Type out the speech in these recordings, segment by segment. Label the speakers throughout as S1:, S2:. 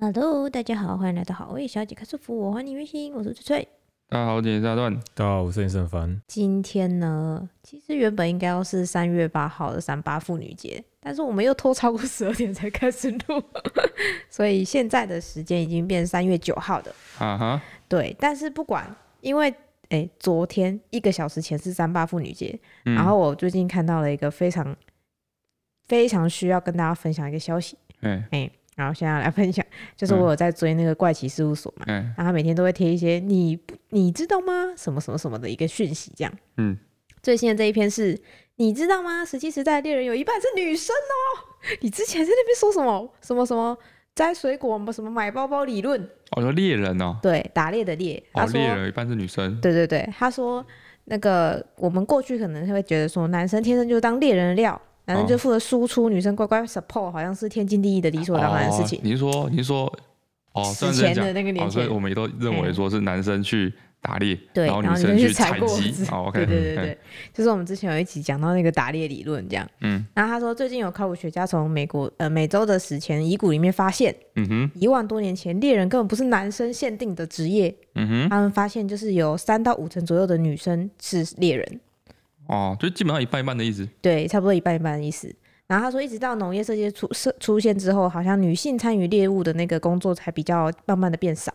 S1: Hello，大家好，欢迎来到好味小姐开束缚，我还你原形，我是翠翠。
S2: 大家好，我是大段。
S3: 大家好，我是林胜凡。
S1: 今天呢，其实原本应该要是三月八号的三八妇女节，但是我们又拖超过十二点才开始录， 所以现在的时间已经变三月九号的。
S2: 哈啊哈，
S1: 对，但是不管，因为诶，昨天一个小时前是三八妇女节，
S2: 嗯
S1: 然后我最近看到了一个非常非常需要跟大家分享一个消息，
S2: 哎
S1: 然后现在来分享，就是我有在追那个怪奇事务所嘛，
S2: 哎，
S1: 然后他每天都会贴一些你不你知道吗什么什么什么的一个讯息，这样。
S2: 嗯，
S1: 最新的这一篇是，你知道吗？十七时代猎人有一半是女生哦。你之前在那边说什么什么什么摘水果什么买包包理论，
S2: 哦，说猎人哦，
S1: 对，打猎的猎，
S2: 哦
S1: 他，说
S2: 猎人一半是女生。
S1: 对对对，他说那个我们过去可能会觉得说，男生天生就当猎人的料，男生就负责输出，女生乖乖 support，好像是天经地义的理所当然的事情
S2: 哦。你是说你是说哦，虽
S1: 史
S2: 然
S1: 前
S2: 这样讲
S1: 的那个年
S2: 哦，所
S1: 前嗯
S2: 以，我们也都认为说是男生去打猎，
S1: 对，
S2: 后
S1: 然
S2: 女
S1: 后
S2: 生
S1: 去采
S2: 采
S1: 果
S2: 集
S1: 子。。
S2: 哦，OK，
S1: 对对对
S2: 哎
S1: 对，就是我们之前有一期讲到那个打猎理论这样。
S2: 嗯
S1: 然后他说，最近有考古学家从美国呃美洲的史前遗骨里面发现，
S2: 嗯哼
S1: 一万多年前猎人根本不是男生限定的职业，
S2: 嗯哼，
S1: 他们发现就是有三到五成左右的女生是猎人，
S2: 哦，就基本上一半一半的意思。
S1: 对，差不多一半一半的意思。然后他说，一直到农业设计出设出现之后，好像女性参与猎物的那个工作才比较慢慢的变少，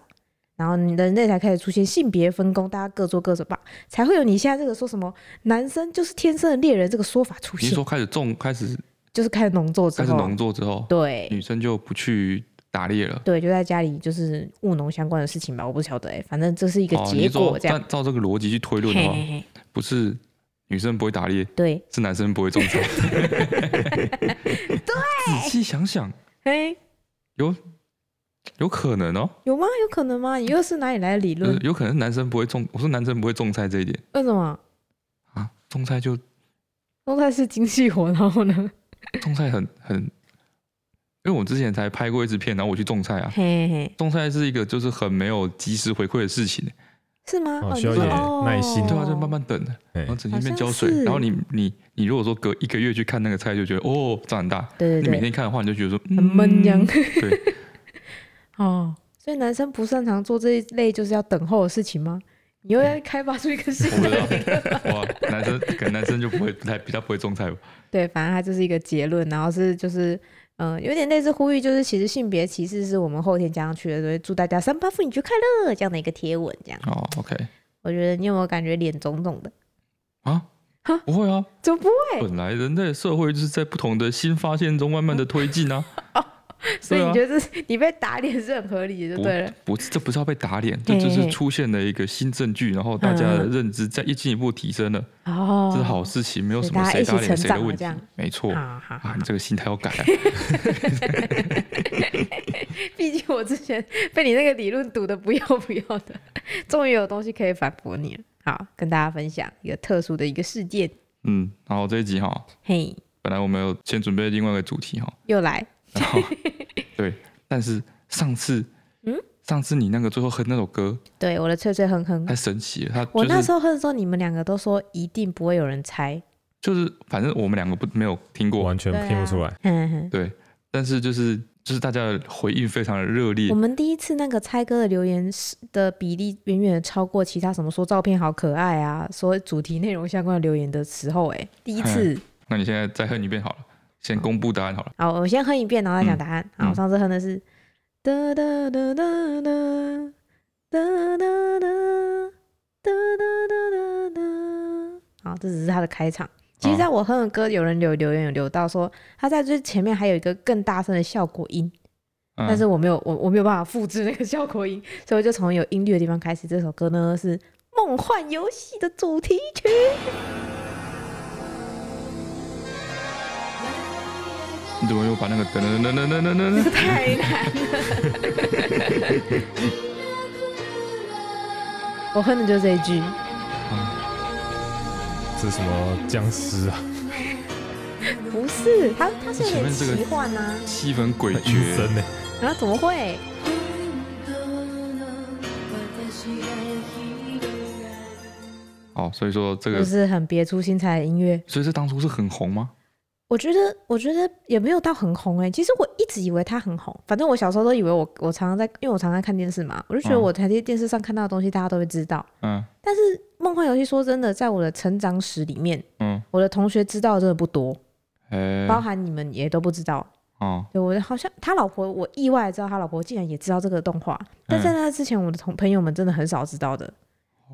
S1: 然后人类才开始出现性别分工，大家各做各的吧，才会有你现在这个说什么男生就是天生的猎人这个说法出
S2: 你是
S1: 现，
S2: 说开始种，开始
S1: 就是开始农作之
S2: 开始
S1: 后，
S2: 农作之后，
S1: 对，
S2: 女生就不去打猎了。
S1: 对，就在家里就是务农相关的事情吧，我不晓得哎、反正这是一个
S2: 哦，你
S1: 结
S2: 是说
S1: 果这样。
S2: 照照这个逻辑去推论的话，
S1: 嘿，
S2: 不是女生不会打猎，
S1: 对，
S2: 是男生不会种 菜。对，仔细想想，
S1: 哎、
S2: 有可能哦，
S1: 有吗？有可能吗？你又是哪里来的理
S2: 有
S1: 论？
S2: 有可能男生不会种，我说男生不会种菜这一点
S1: 为什么
S2: 啊，种菜就
S1: 中菜是精细活？然后呢？
S2: 种菜很很，因为我之前才拍过一支片，然后我去种菜啊，
S1: 嘿嘿嘿，
S2: 种菜是一个就是很没有及时回馈的事情，欸
S1: 是吗？
S3: 哦
S1: 哦，
S3: 需要
S1: 你说
S3: 一点
S1: 哦
S3: 耐心
S2: 对啊，就慢慢等的，
S3: 哎
S2: 然后整
S1: 好
S2: 天
S1: 像
S2: 边浇水
S1: 是，
S2: 然后你你你如果说隔一个月去看那个菜，就觉得哦长很大，
S1: 对
S2: 你每
S1: 对对，
S2: 天看的话，你就觉得说
S1: 很闷这样。
S2: 嗯对，
S1: 哦，所以男生不擅长做这一类就是要等候的事情吗？你又要开发出一个新
S2: 我不
S1: 的
S2: 知道，哇，男生可能男生就不会不太比较不会种菜吧，
S1: 对，反正它就是一个结论，然后是就是，嗯、有点类似呼吁，就是其实性别歧视是我们后天加上去的，所以祝大家三八妇女节快乐这样的一个贴文，这样。
S2: 哦，OK
S1: 我觉得你有没有感觉脸肿肿的？
S2: 啊
S1: 哈，
S2: 不会啊，
S1: 怎么不会？
S2: 本来人类的社会就是在不同的新发现中慢慢的推 进啊，
S1: 哦所以
S2: 对啊
S1: 你觉得是你被打脸是很合理的，就对了。
S2: 不，这不是要被打脸，这就
S1: 嘿
S2: 是
S1: 嘿
S2: 出现了一个新证据，然后大家的认知在一进一步提升了，
S1: 哦
S2: 这是好事情，没有什么
S1: 所
S2: 谁
S1: 以大
S2: 打
S1: 家一起
S2: 脸谁的
S1: 成长了
S2: 问
S1: 这
S2: 题
S1: 样，
S2: 没错。
S1: 好好好
S2: 啊，你这个心态要改啊！
S1: 毕竟我之前被你那个理论堵得不要不要的，终于有东西可以反驳你了。好，跟大家分享一个特殊的一个事件。
S2: 嗯，然后这一集哈，
S1: 嘿，
S2: 本来我们有先准备另外一个主 题哈，
S1: 又来，
S2: 然后对，但是上次，
S1: 嗯，
S2: 上次你那个最后哼那首歌
S1: 对我的脆脆哼哼。
S2: 太神奇了，它
S1: 我那
S2: 哎就
S1: 时
S2: 是
S1: 候哼的时候，你们两个都说一定不会有人猜，
S2: 就是，反正我们两个不没有听过，
S3: 完全
S1: 对啊
S3: 听不出来。
S1: 嗯哼，
S2: 对，但是就是就是大家的回应非常的热烈
S1: 我，们第一次那个猜歌的留言是的比例远远地超过其他什么说照片好可爱啊，说主题内容相关的留言的时候、哎，第一次。
S2: 那你现在再哼一遍好了，先公布答案好了。
S1: 好，我先哼一遍，然后再讲答案。
S2: 嗯
S1: 好，我上次哼的是哒哒哒哒哒哒哒哒哒哒哒哒。好，这只是他的开场。其实，
S2: 哦
S1: 在我哼的歌，有人留留言有留到说，他在最前面还有一个更大声的效果音，
S2: 嗯、
S1: 但是我没有，我我没有办法复制那个效果音，所以我就从有音律的地方开始。这首歌呢是《梦幻游戏》的主题曲。
S2: 你怎么又把那个噔噔噔噔噔噔噔 噔？
S1: 太难了，我哼的就是这一句，啊
S3: 这是什么僵尸啊？
S1: 不是它，它是有
S2: 前
S1: 点
S2: 面这个
S1: 奇幻呐、啊。
S2: 气氛诡
S3: 很阴
S2: 谲
S3: 森，呢。
S1: 然后怎么会？
S2: 哦，所以说这
S1: 就
S2: 个，哦
S1: 是很别出心裁的音乐。
S2: 所以这当初是很红吗？
S1: 我觉得，我觉得也没有到很红哎、其实我一直以为他很红，反正我小时候都以为我，我常常在，因为我常常看电视嘛，我就觉得
S2: 嗯
S1: 我在电视上看到的东西，大家都会知道。
S2: 嗯
S1: 但是《梦幻游戏》说真的，在我的成长史里面，
S2: 嗯，
S1: 我的同学知道的真的不多，
S2: 哎、
S1: 包含你们也都不知道。
S2: 哦，
S1: 对，我的好像他老婆，我意外知道他老婆竟然也知道这个动画，
S2: 嗯
S1: 但在那之前，我的同朋友们真的很少知道
S2: 哦
S1: 的，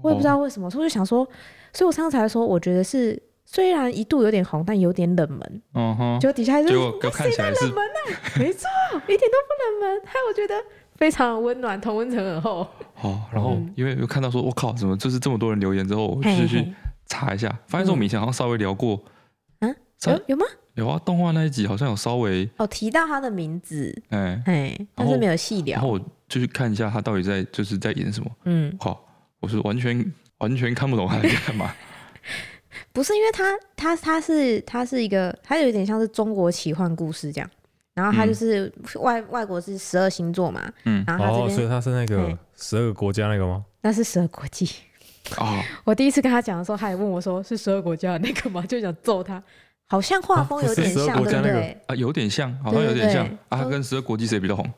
S1: 我也不知道为什么，所以我就想说，所以我上次才说，我觉得是虽然一度有点红，但有点冷门，
S2: 嗯哼，
S1: 结果底下还是
S2: 结果看起来是
S1: 冷门啊， 没错，一点都不冷门，害我觉得非常温暖，同温层很厚。
S2: 哦，然后
S1: 嗯
S2: 因为又看到说，我靠，怎么就是这么多人留言之后，我
S1: 嘿
S2: 就
S1: 嘿
S2: 去查一下，发现说我们以前好像稍微聊过，
S1: 嗯，
S2: 上
S1: 有有吗？
S2: 有啊，动画那一集好像有稍微，
S1: 哦，提到他的名字，
S2: 哎，
S1: 哎，但是没有细
S2: 然
S1: 聊，
S2: 后我就去看一下他到底在就是在演什么，
S1: 嗯，
S2: 靠，我是完全完全看不懂他在干嘛，
S1: 不是因为他他他是他是一个，他有点像是中国奇幻故事这样。然后
S3: 嗯
S1: 他就是外、外国是十二星座嘛，
S2: 嗯
S1: 啊然后他这
S3: 哦，
S1: 边、
S3: 所以他是那
S1: 嘿
S3: 个十二个国家那个吗？
S1: 那是十二国际。
S3: 哦
S2: 啊，
S1: 我第一次跟他讲的时候，他也问我说是十二国家的那个吗？ 就想揍他，好像画风有点像，
S3: 啊
S1: 对
S3: 不是12国家
S1: 不
S3: 那个
S1: 对？
S2: 啊，有点像，好像
S1: 对
S2: 有点像
S1: 对
S2: 啊，他
S1: 都
S2: 跟十二国际谁比较红？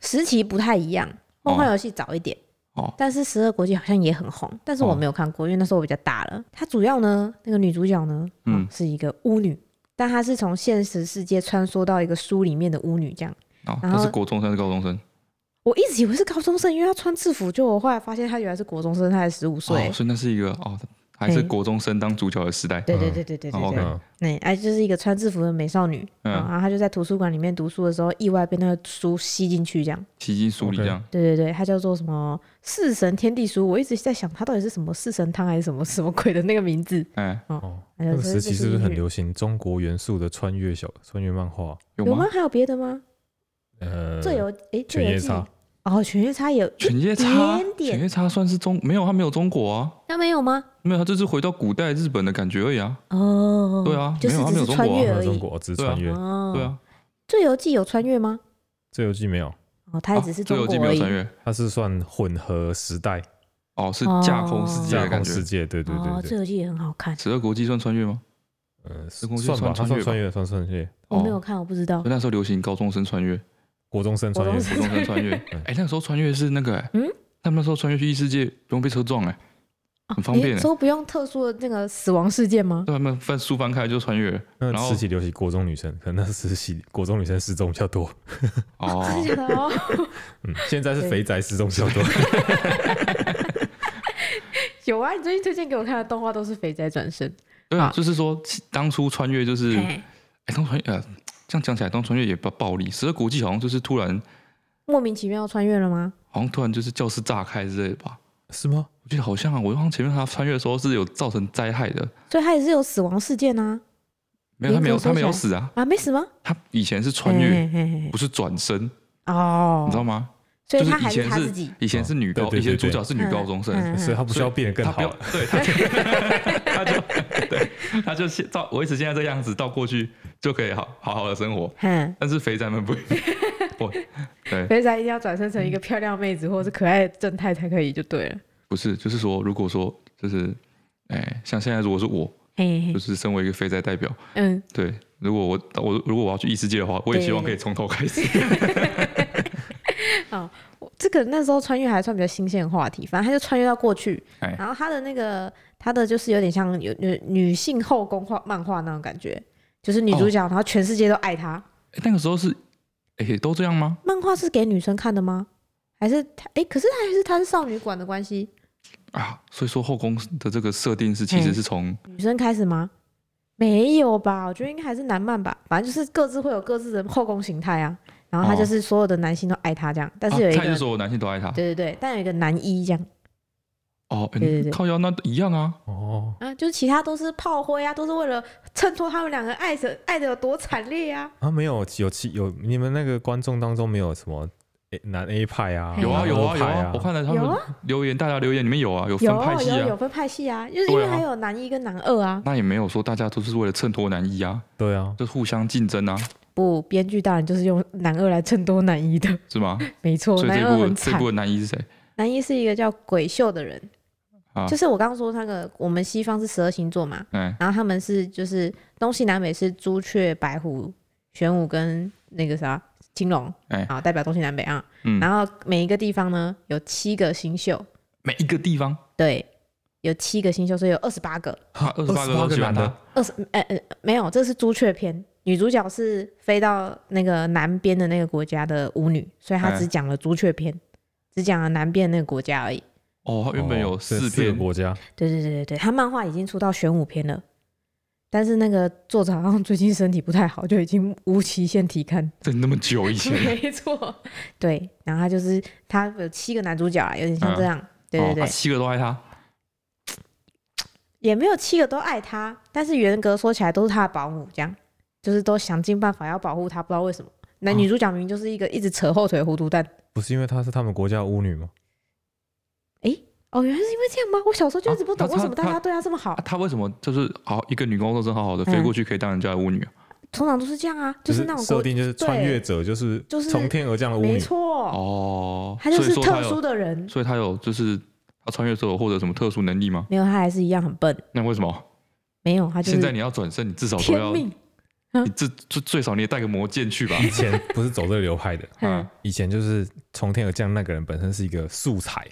S1: 时期不太一样，梦幻游戏早一点。
S2: 哦
S1: 但是《十二国际》好像也很红，但
S3: 哦
S1: 是我没有看过，因为那时候我比较大了。它主要呢，那个女主角呢，嗯
S2: 嗯，
S1: 是一个巫女，但她是从现实世界穿梭到一个书里面的巫女这样。
S2: 啊，
S1: 然
S2: 他是
S1: 后
S2: 国中生还是高中生？哦
S1: 我一直以为是高中生，因为她穿制服，就我后来发现她原来是国中生，她才十五岁
S2: 哦，。所以那是一个哦，还是
S1: 嘿
S2: 国中生当主角的时代，
S1: 对对对对对对
S2: 哦
S1: 对
S2: ，OK
S3: 嗯，
S1: 那哎，就是一个穿制服的美少女，
S2: 嗯
S1: 然后她就在图书馆里面读书的时候，意外被那个书吸进去，这样。
S2: 奇迹书里这样，
S1: 对对对，它叫做什么《四神天地书》，我一直在想它到底是什么四神汤还是什么什么鬼的那个名字。
S2: 哎，
S3: 哦，
S1: 哎
S3: 那个时期是不是很
S1: 有？
S3: 流行中国元素的穿越小穿越漫画？
S2: 有
S1: 有
S2: 吗
S1: 吗？？还有别的吗？
S3: 呃，
S1: 这有诶，这
S3: 犬
S1: 有
S3: 夜
S1: 记
S3: 叉
S1: 哦，犬夜叉有
S2: 犬夜叉，
S1: 一点点
S2: 犬夜叉算是中没有，他没有中国啊，
S1: 那没有吗？
S2: 没有，他就是回到古代日本的感觉而已啊。
S1: 哦，
S2: 对啊，
S1: 就
S2: 没
S1: 是
S2: 有，他
S1: 只是
S2: 没有中
S1: 穿
S2: 国
S1: 越而
S2: 啊，
S3: 有
S1: 已
S3: 中国只
S2: 对啊
S3: 穿越，
S1: 哦，
S2: 对，啊，
S1: 醉游记有穿越吗？
S3: 这游记没有，
S1: 哦，它也只是
S2: 啊最
S1: 中
S2: 后
S1: 国
S2: 记
S1: 而
S2: 没有
S1: 已。
S2: 穿越，
S3: 它是算混合时代
S2: 哦，是架空世界
S3: 架
S2: 的感
S3: 空
S2: 觉
S3: 世。界，对对
S1: 哦，
S3: 对
S1: 醉
S3: 对，
S1: 游记也很好看，
S2: 十二国际算穿越吗？
S3: 呃，
S2: 这公司
S3: 算
S2: 算
S3: 吧，它
S2: 穿
S3: 算
S2: 越
S3: 穿越，算穿越，
S1: 我没有
S2: 哦
S1: 看，我不知道
S2: 所以。那时候流行高中生穿越，
S3: 国中生穿
S1: 国
S3: 越
S1: 中，生
S2: 高中生穿 越。哎，那个时候穿越是那个，哎
S1: 嗯，
S2: 他们那时候穿越去异世界不用被车撞，哎，
S1: 啊
S2: 很方便
S1: 你说不用特殊的那个死亡事件吗？
S2: 对他们翻书翻开就穿越了。
S3: 那
S2: 然后
S3: 时期流行国中女生，可能那时期国中女生失踪比较多，
S2: 哦，
S1: 真的假的哦，
S3: 嗯，现在是
S1: 对
S3: 肥宅失踪比较 多，
S1: 有啊，你最近推荐给我看的动画都是《肥宅转身
S2: 对啊
S1: 好，
S2: 就是说当初穿越就是，》哎，
S1: 嘿，
S2: 当初穿越呃，这样讲起来，当初穿越也不暴力。十二国际好像就是突然，
S1: 莫名其妙穿越了吗？
S2: 好像突然就是教室炸开之类的吧。
S3: 是吗？
S2: 我记得好像啊，我好像前面他穿越的时候是有造成灾害的，
S1: 所以它也是有死亡事件啊？
S2: 没有他没有
S1: 严格说起
S2: 他
S1: 来
S2: 没有死啊，
S1: 啊，没死吗？
S2: 他以前是穿越，
S1: 嘿嘿嘿嘿
S2: 不是转身，
S1: 哦，
S2: 你知道吗？
S1: 所以
S2: 就是
S1: 他还
S2: 以
S1: 是
S2: 前
S1: 他自
S2: 是
S1: 己。
S2: 以前是女高，
S3: 哦对对
S2: 以前主角是女高中生，
S1: 嗯
S3: 所以它不需要变得更
S2: 他不
S3: 好
S2: 要，对，他就他就 对，他就现照维持现在这样子到过去就可以好好好的生活。
S1: 哼，
S2: 但是肥宅们不，我对
S1: 肥宅一定要转身成一
S2: 嗯
S1: 个漂亮妹子或者是可爱的正太才可以，就对了。
S2: 不是，就是说，如果说就是，哎、像现在如果是我，
S1: 嘿
S2: 就
S1: 嘿，
S2: 是身为一个肥宅代表，
S1: 嗯，
S2: 对，如果我我如果我要去异世界的话，我也希望可以从头开始。哎
S1: 我这个那时候穿越还算比较新鲜的话题，反正他就穿越到过去，
S2: 哎
S1: 然后他的那个他的就是有点像有有女性后宫画漫画那种感觉，就是女主角，
S2: 哦
S1: 然后全世界都爱她。
S2: 哎那个时候是，哎、都这样吗？
S1: 漫画是给女生看的吗？还是他？哎、可是他还是他是少女馆的关系，
S2: 啊，所以说后宫的这个设定是其实是从、
S1: 女生开始吗？没有吧？我觉得应该还是男漫吧，反正就是各自会有各自的后宫形态啊。然
S2: 哦
S1: 后他就是所有的男性都爱他这样，但
S2: 啊，
S1: 是有一
S2: 他
S1: 个、
S2: 也是说我男性都爱他。
S1: 对对对，但有一个男一这样
S2: 哦，哎
S1: 对对对
S2: 靠腰那一样啊，
S3: 哦，
S1: 啊，就是其他都是炮灰啊，都是为了衬托他们两个爱的爱的有多惨烈啊。
S3: 啊，没有有其有你们那个观众当中没有什么 A, 男 A 派啊，
S1: 嘿
S2: 有啊
S3: 男
S2: 有
S3: 二
S2: 啊有
S3: 派
S2: 啊，我看了他
S1: 有
S2: 们
S1: 啊
S2: 留言，大家留言里面有啊，有分
S1: 有
S2: 派系
S1: 有有
S2: 啊，
S1: 分派系啊，就是因为
S2: 对啊
S1: 还有男一跟男二啊。
S2: 那也没有说大家都是为了衬托男一啊，
S3: 对啊，
S2: 就互相竞争啊，
S1: 不，编剧大人就是用男二来衬托男一的，
S2: 是吗？
S1: 没错，
S2: 所以
S1: 哦
S2: 这
S1: 男
S2: 一
S1: 二
S2: 部
S1: 很
S2: 这一
S1: 惨
S2: 部。的男一是谁？
S1: 男一是一个叫鬼秀的人，
S2: 啊
S1: 就是我刚刚说那个，我们西方是十二星座嘛，
S2: 嗯，
S1: 然后他们是就是东西南北是朱雀、白虎、玄武跟那个啥青龙，
S2: 哎
S1: 好代表东西南北啊。
S2: 嗯
S1: 然后每一个地方呢有七个星宿，
S2: 每一个地方
S1: 对，有七个星宿，所以有二十八个。
S2: 啊，二十八个都喜欢
S3: 男
S2: 他
S3: 的，
S1: 二十呃呃没有，这是朱雀篇，女主角是飞到那个南边的那个国家的舞女，所以她
S2: 哎
S1: 只讲了朱雀篇，只讲了南边那个国家而已。
S2: 哦，他原本有
S3: 哦这
S2: 四
S3: 个
S2: 篇，
S3: 国家，
S1: 对对对对对，他漫画已经出到玄武篇了，但是那个作者好像最近身体不太好，就已经无期限提刊。
S2: 这那么久以前，
S1: 没错，对，然后他就是他有七个男主角啊，有点像这样。对对
S2: 哦
S1: 对，
S2: 啊七个都爱他，
S1: 也没有七个都爱他，但是严格说起来都是他的保姆，这样就是都想尽办法要保护他，不知道为什么。那
S2: 哦
S1: 女主角明明就是一个一直扯后腿的糊涂蛋。
S3: 不是因为她是他们国家的巫女吗？
S1: 哦，原来是因为这样吗？我小时候就一直不懂
S2: 啊他
S1: 为什么大
S2: 他
S1: 家对他这么好
S2: 啊，他为什么就是好一个女工作生好好
S1: 嗯
S2: 的飞过去可以当人家的巫女啊？
S1: 通常都是这样啊，就是那种
S3: 设
S1: 国，
S3: 定，就是穿越者，就是
S1: 就是
S3: 从天而降的巫
S1: 没
S3: 女。
S1: 错，
S2: 哦，
S1: 他就
S2: 所以
S1: 是
S2: 说
S1: 特
S2: 有
S1: 殊的人，
S2: 所以他有就是他穿越之后获得什么特殊能力吗？
S1: 没有他还是一样很笨，
S2: 那为什么
S1: 没有他就
S2: 现在
S1: 是
S2: 你要转身，你至少都
S1: 天
S2: 要，
S1: 命。
S2: 你至最最少你也带个魔剑 去吧？啊
S3: 以前不是走这个流派的，
S1: 嗯
S2: 嗯，
S3: 以前就是从天而降那个人本身是一个素材，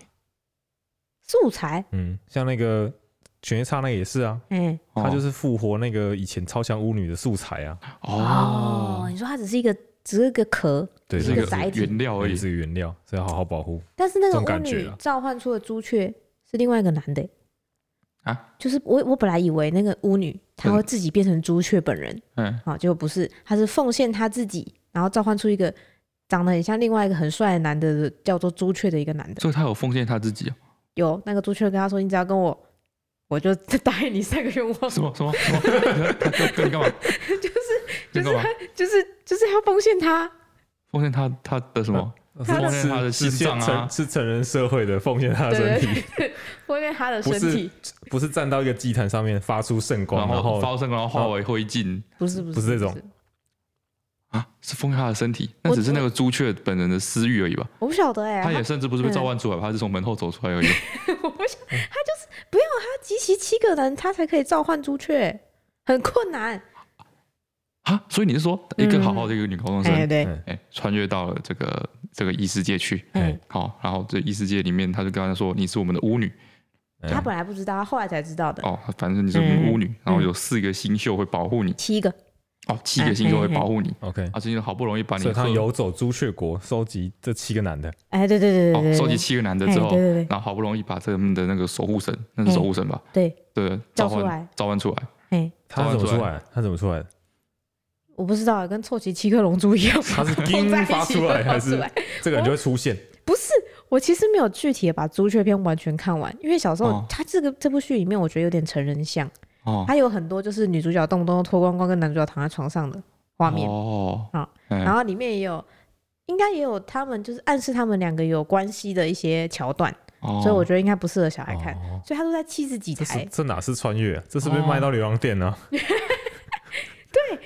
S1: 素材，
S3: 嗯，像那个犬夜叉那个也是啊，
S1: 哎、
S2: 哦
S3: 他就是复活那个以前超强巫女的素材啊，
S1: 哦，
S2: 哦，
S1: 你说它只是一个，只是一个壳，
S3: 对，
S1: 是
S2: 这
S1: 一个
S2: 个
S1: 载体
S2: 原料而
S3: 也
S2: 已。
S3: 是个原料，所以要好好保护。
S1: 但是那个
S3: 这种
S1: 巫
S3: 感觉
S1: 女
S3: 啊
S1: 召唤出的朱雀是另外一个男的欸、
S2: 啊，
S1: 就是我我本来以为那个巫女她会自己变成朱雀本人，
S2: 嗯，
S1: 啊，结果不是，她是奉献她自己，然后召唤出一个长得很像另外一个很帅的男的，叫做朱雀的一个男的。
S2: 所以他有奉献他自己啊？
S1: 有那个朱雀跟他说：“你只要跟我，我就 答应你三个愿望。”
S2: 什么什么 什么？他他跟你干嘛？
S1: 就是
S2: 跟干嘛？
S1: 就是就是要奉献他，
S2: 奉献他他的什
S3: 呃
S2: 么？
S1: 他的
S2: 呃奉献他的
S3: 是
S2: 心脏啊
S3: 成是成人社会的奉献他的
S1: 对
S3: 身
S1: 对
S3: 体，
S1: 对，奉献他的身
S3: 不是
S1: 体，
S3: 不是站到一个祭坛上面发出圣光，
S2: 然
S3: 然
S2: 后
S3: 后
S2: 发生，然后化为灰烬
S1: 不是不是
S3: 不是这种
S2: 啊？是奉献他的身体？
S1: 我
S2: 那只是那个朱雀本人的私欲而已吧？
S1: 我不晓得哎、
S2: 他
S1: 他
S2: 也甚至不是被
S1: 嗯
S2: 召唤出来吧，啊他是从门后走出 来而已。
S1: 我不想，他就是不用他集齐七个人，他才可以召唤朱雀，很困难。
S2: 啊，所以你是说一个好好的一个女高中生，哎、
S1: 嗯对
S3: 嗯
S2: 穿越到了这个这个异世界去，
S1: 哎
S3: 哎，
S2: 好、然后这异世界里面，他就跟他说你是我们的巫女
S3: 嗯
S1: 他本来不知道，他后来才知道的。
S2: 哎哦，反正你是我
S1: 嗯
S2: 们的巫女，然后有四个星宿会保护你，
S1: 七个，
S2: 哦，七
S1: 啊
S2: 个星宿会保护你，
S3: OK，
S2: 啊，今天好不容易把你
S3: 所以他
S2: 合
S3: 游走朱雀国，收集这七个男的，
S1: 哎，对对对对
S2: 哦
S1: 对，
S2: 收集
S1: 对
S2: 七个男的
S1: 哎
S2: 之后
S1: 对，对对
S2: 然后好不容易把他们的那个守护神，那是守护神吧，
S1: 对，
S2: 对，
S1: 叫
S2: 召
S1: 出来
S2: 唤召唤出来，
S1: 哎，
S3: 他怎么出来的？他怎么出来 的？
S1: 我不知道，跟凑齐七颗龙珠一样，
S3: 他是
S1: 碰
S3: 叮
S1: 在一起
S3: 发出来，
S1: 发
S3: 还
S1: 出
S3: 是
S1: 来？
S3: 这个人就会出现？
S1: 不是，我其实没有具体的把朱雀篇完全看完，因为小时候
S2: 哦
S1: 他这个这部剧里面，我觉得有点成人像，
S2: 哦，
S1: 他有很多就是女主角动不动脱光光跟男主角躺在床上的画面，
S2: 哦，
S1: 啊
S2: 哎
S1: 然后里面也有，应该也有他们就是暗示他们两个有关系的一些桥段，
S2: 哦
S1: 所以我觉得应该不适合小孩看。
S3: 哦
S1: 所以他都在七十几
S3: 这是
S1: 台，哦
S3: 这哪是穿越啊？这是被卖到流浪店啊？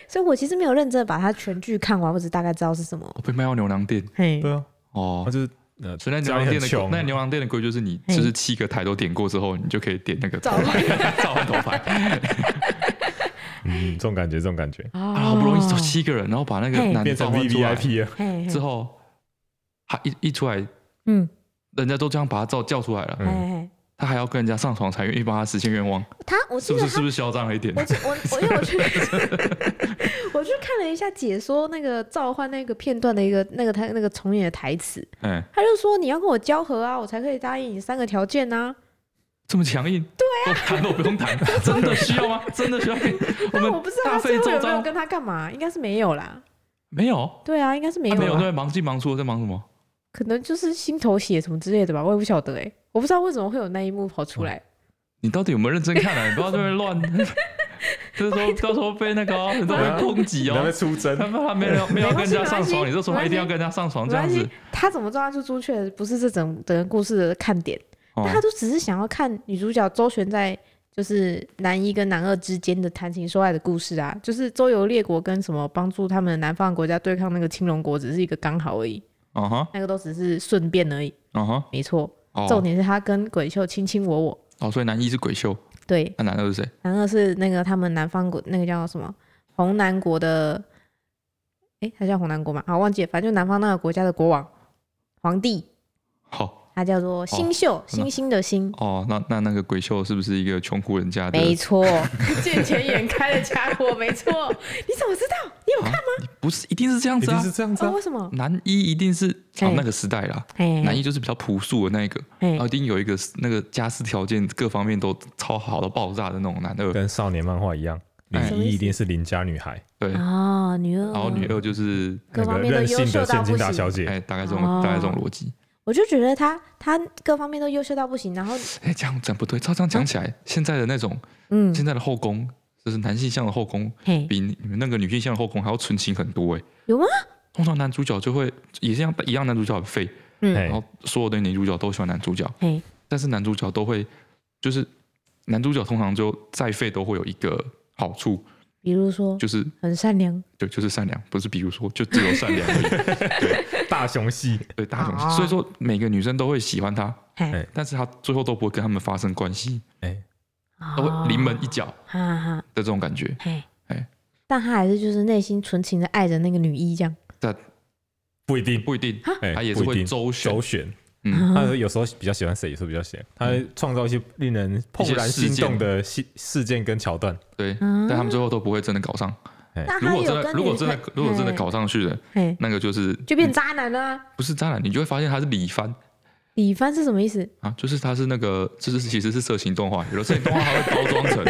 S1: 所以我其实没有认真地把它全剧看完，我只大概知道是什么。
S2: 我哦被卖到牛郎店，
S1: 嘿，
S3: 对啊，
S2: 哦
S3: 他。就是呃，
S2: 所以那牛
S3: 家
S2: 郎
S3: 里很
S2: 店的规
S3: 穷，
S2: 那牛郎店的规矩就是你
S1: 嘿
S2: 就是七个台都点过之后，你就可以点那个
S1: 召唤
S2: 召唤头牌。
S3: 嗯，这种感觉，这种感觉
S1: 啊
S2: 啊，好不容易找七个人，然后把那个
S1: 嘿
S2: 男的
S3: 变
S2: 召
S3: 成
S2: 唤
S3: V
S2: 出
S3: V
S2: 来
S3: I P 啊，
S1: 哦嘿嘿
S2: 之后，他一一出来，
S1: 嗯，
S2: 人家都这样把他召叫出来了，
S1: 嘿
S3: 嗯
S1: 嘿，
S2: 他还要跟人家上床才愿意帮他实现愿望，
S1: 他我
S2: 是
S1: 记
S2: 不
S1: 得
S2: 是？
S1: 他，
S2: 是不是嚣张了一点？
S1: 我记我我因为我去 我去看了一下解说那个召唤那个片段的一个那个他那个重演的台词，
S2: 哎，
S1: 他就说你要跟我交合啊，我才可以答应你三个条件啊。
S2: 这么强硬，对啊，谈都不 用谈，真的需要吗？ 真的需要？我
S1: 但
S2: 们
S1: 我不知道
S2: 大
S1: 他最
S2: 费
S1: 后
S2: 周
S1: 有没有
S2: 章，
S1: 跟他干嘛，应该是没有啦。
S2: 没有，
S1: 对啊，应该是没
S2: 他
S1: 有
S2: 没有
S1: 啦，
S2: 在忙进忙出，在忙什么？
S1: 可能就是心头血什么之类的吧，我也不晓得哎、我不知道为什么会有那一幕跑出来。
S2: 你到底有没有认真看啊？你不要在那边乱， 就是说到时候被那个哦很多人攻击
S3: 然后
S2: 哦
S3: 被。出征
S2: 他，他没有没有跟人家上
S1: 没关系没关
S2: 床，
S1: 系
S2: 你就说哎一定要跟人家上床这样
S1: 没
S2: 子
S1: 关系，他怎么召唤出朱雀，不是这整整个故事的看点，
S2: 哦
S1: 但他都只是想要看女主角周旋在就是男一跟男二之间的谈情说爱的故事啊，就是周游列国跟什么帮助他们南方国家对抗那个青龙国，只是一个刚好而已，
S2: 嗯哼，
S1: 那个都只是顺便而已，
S2: 嗯哼，
S1: 没错。
S2: 哦
S1: 重点是他跟鬼秀卿卿我我，
S2: 哦，所以男一是鬼秀，
S1: 对，
S2: 那男二是谁？
S1: 男二是那个他们南方国那个叫什么红南国的，哎，他叫红南国嘛，好忘记了，反正就南方那个国家的国王皇帝，
S2: 好
S1: 他叫做星宿，星星的星，
S2: 哦，那那那个鬼秀是不是一个穷苦人家的？
S1: 没错，
S2: 哦
S1: 见钱眼开的家伙，没错。你怎么知道？你有看
S2: 不是，一定是这样
S3: 一
S2: 子
S3: 定
S2: 啊
S3: 是。这样子
S1: 哦？
S3: 啊。
S1: 为什么？
S2: 男一一定是
S1: 哎
S2: 哦那个时代啦，
S1: 哎
S2: 男一哦就是比较朴素的那一个，
S1: 哎
S2: 然后一定有一个那个家世条件各方面都超好到爆炸的那种男二，
S3: 跟少年漫画一样，
S2: 哎
S1: 什
S3: 零
S1: 么意
S3: 一
S1: 思
S3: 一定是邻家女孩，
S2: 对，然
S1: 哦，女二，
S2: 后女二就是
S1: 各
S3: 那
S1: 方
S3: 个
S1: 面都
S3: 任性
S1: 优秀
S3: 的
S1: 到
S3: 现
S1: 不
S3: 金大小
S1: 行。
S2: 哎
S3: 姐，
S2: 大概这种
S1: 哦
S2: 大概这种逻辑。
S1: 我就觉得她她各方面都优秀到不行，然后
S2: 哎，这样讲不对，照这样讲起来，现在的那种
S1: 嗯，
S2: 现在的后宫，就是男性向的后宫，
S1: 嘿，
S2: 比你们那个女性向的后宫还要纯情很多哎。
S1: 有吗？
S2: 通常男主角就会也是一样，一样男主角很废，
S1: 嗯，
S3: 哎
S2: 然后所有的女主角都喜欢男主角，
S1: 嘿，
S2: 但是男主角都会就是男主角通常就再废都会有一个好处，
S1: 比如说
S2: 就是
S1: 很善良，
S2: 对，就是善良，不是比如说就只有善良而 已，
S3: 大雄系，
S2: 对大雄系
S1: 哦。
S2: 所以说每个女生都会喜欢他，
S1: 嘿
S3: 哎，
S2: 但是他最后都不会跟他们发生关系，
S3: 哎，
S2: 都会临门一脚的
S1: 哦哈哈，
S2: 这种感觉。
S1: 嘿，
S2: 哎
S1: 但她还是就是内心纯情的爱着那个女一这样，
S3: 不一定，
S2: 不一定，
S1: 啊
S3: 哎，
S2: 他也是
S3: 不一
S2: 会
S3: 定
S2: 周旋
S3: 周旋，
S2: 嗯，
S3: 他有时候比较喜欢谁，有时候比较喜欢，他会创造一些令人怦然心动的事事件跟桥段。
S2: 对，
S1: 嗯
S2: 但他们最后都不会真的搞上。
S1: 但
S2: 如
S1: 她
S2: 果
S1: 有
S2: 真的
S1: 跟
S2: 如果
S1: 女
S2: 真的
S1: 朋
S2: 如果真的
S1: 嘿
S2: 搞上去了，
S1: 嘿，
S2: 那个就是
S1: 就变渣男啦。
S2: 不是渣男，你就会发现他是李帆
S1: 李帆是什么意思？
S2: 啊，就是他是那个，就是其实是色情动画，有的色情动画它会包装 成，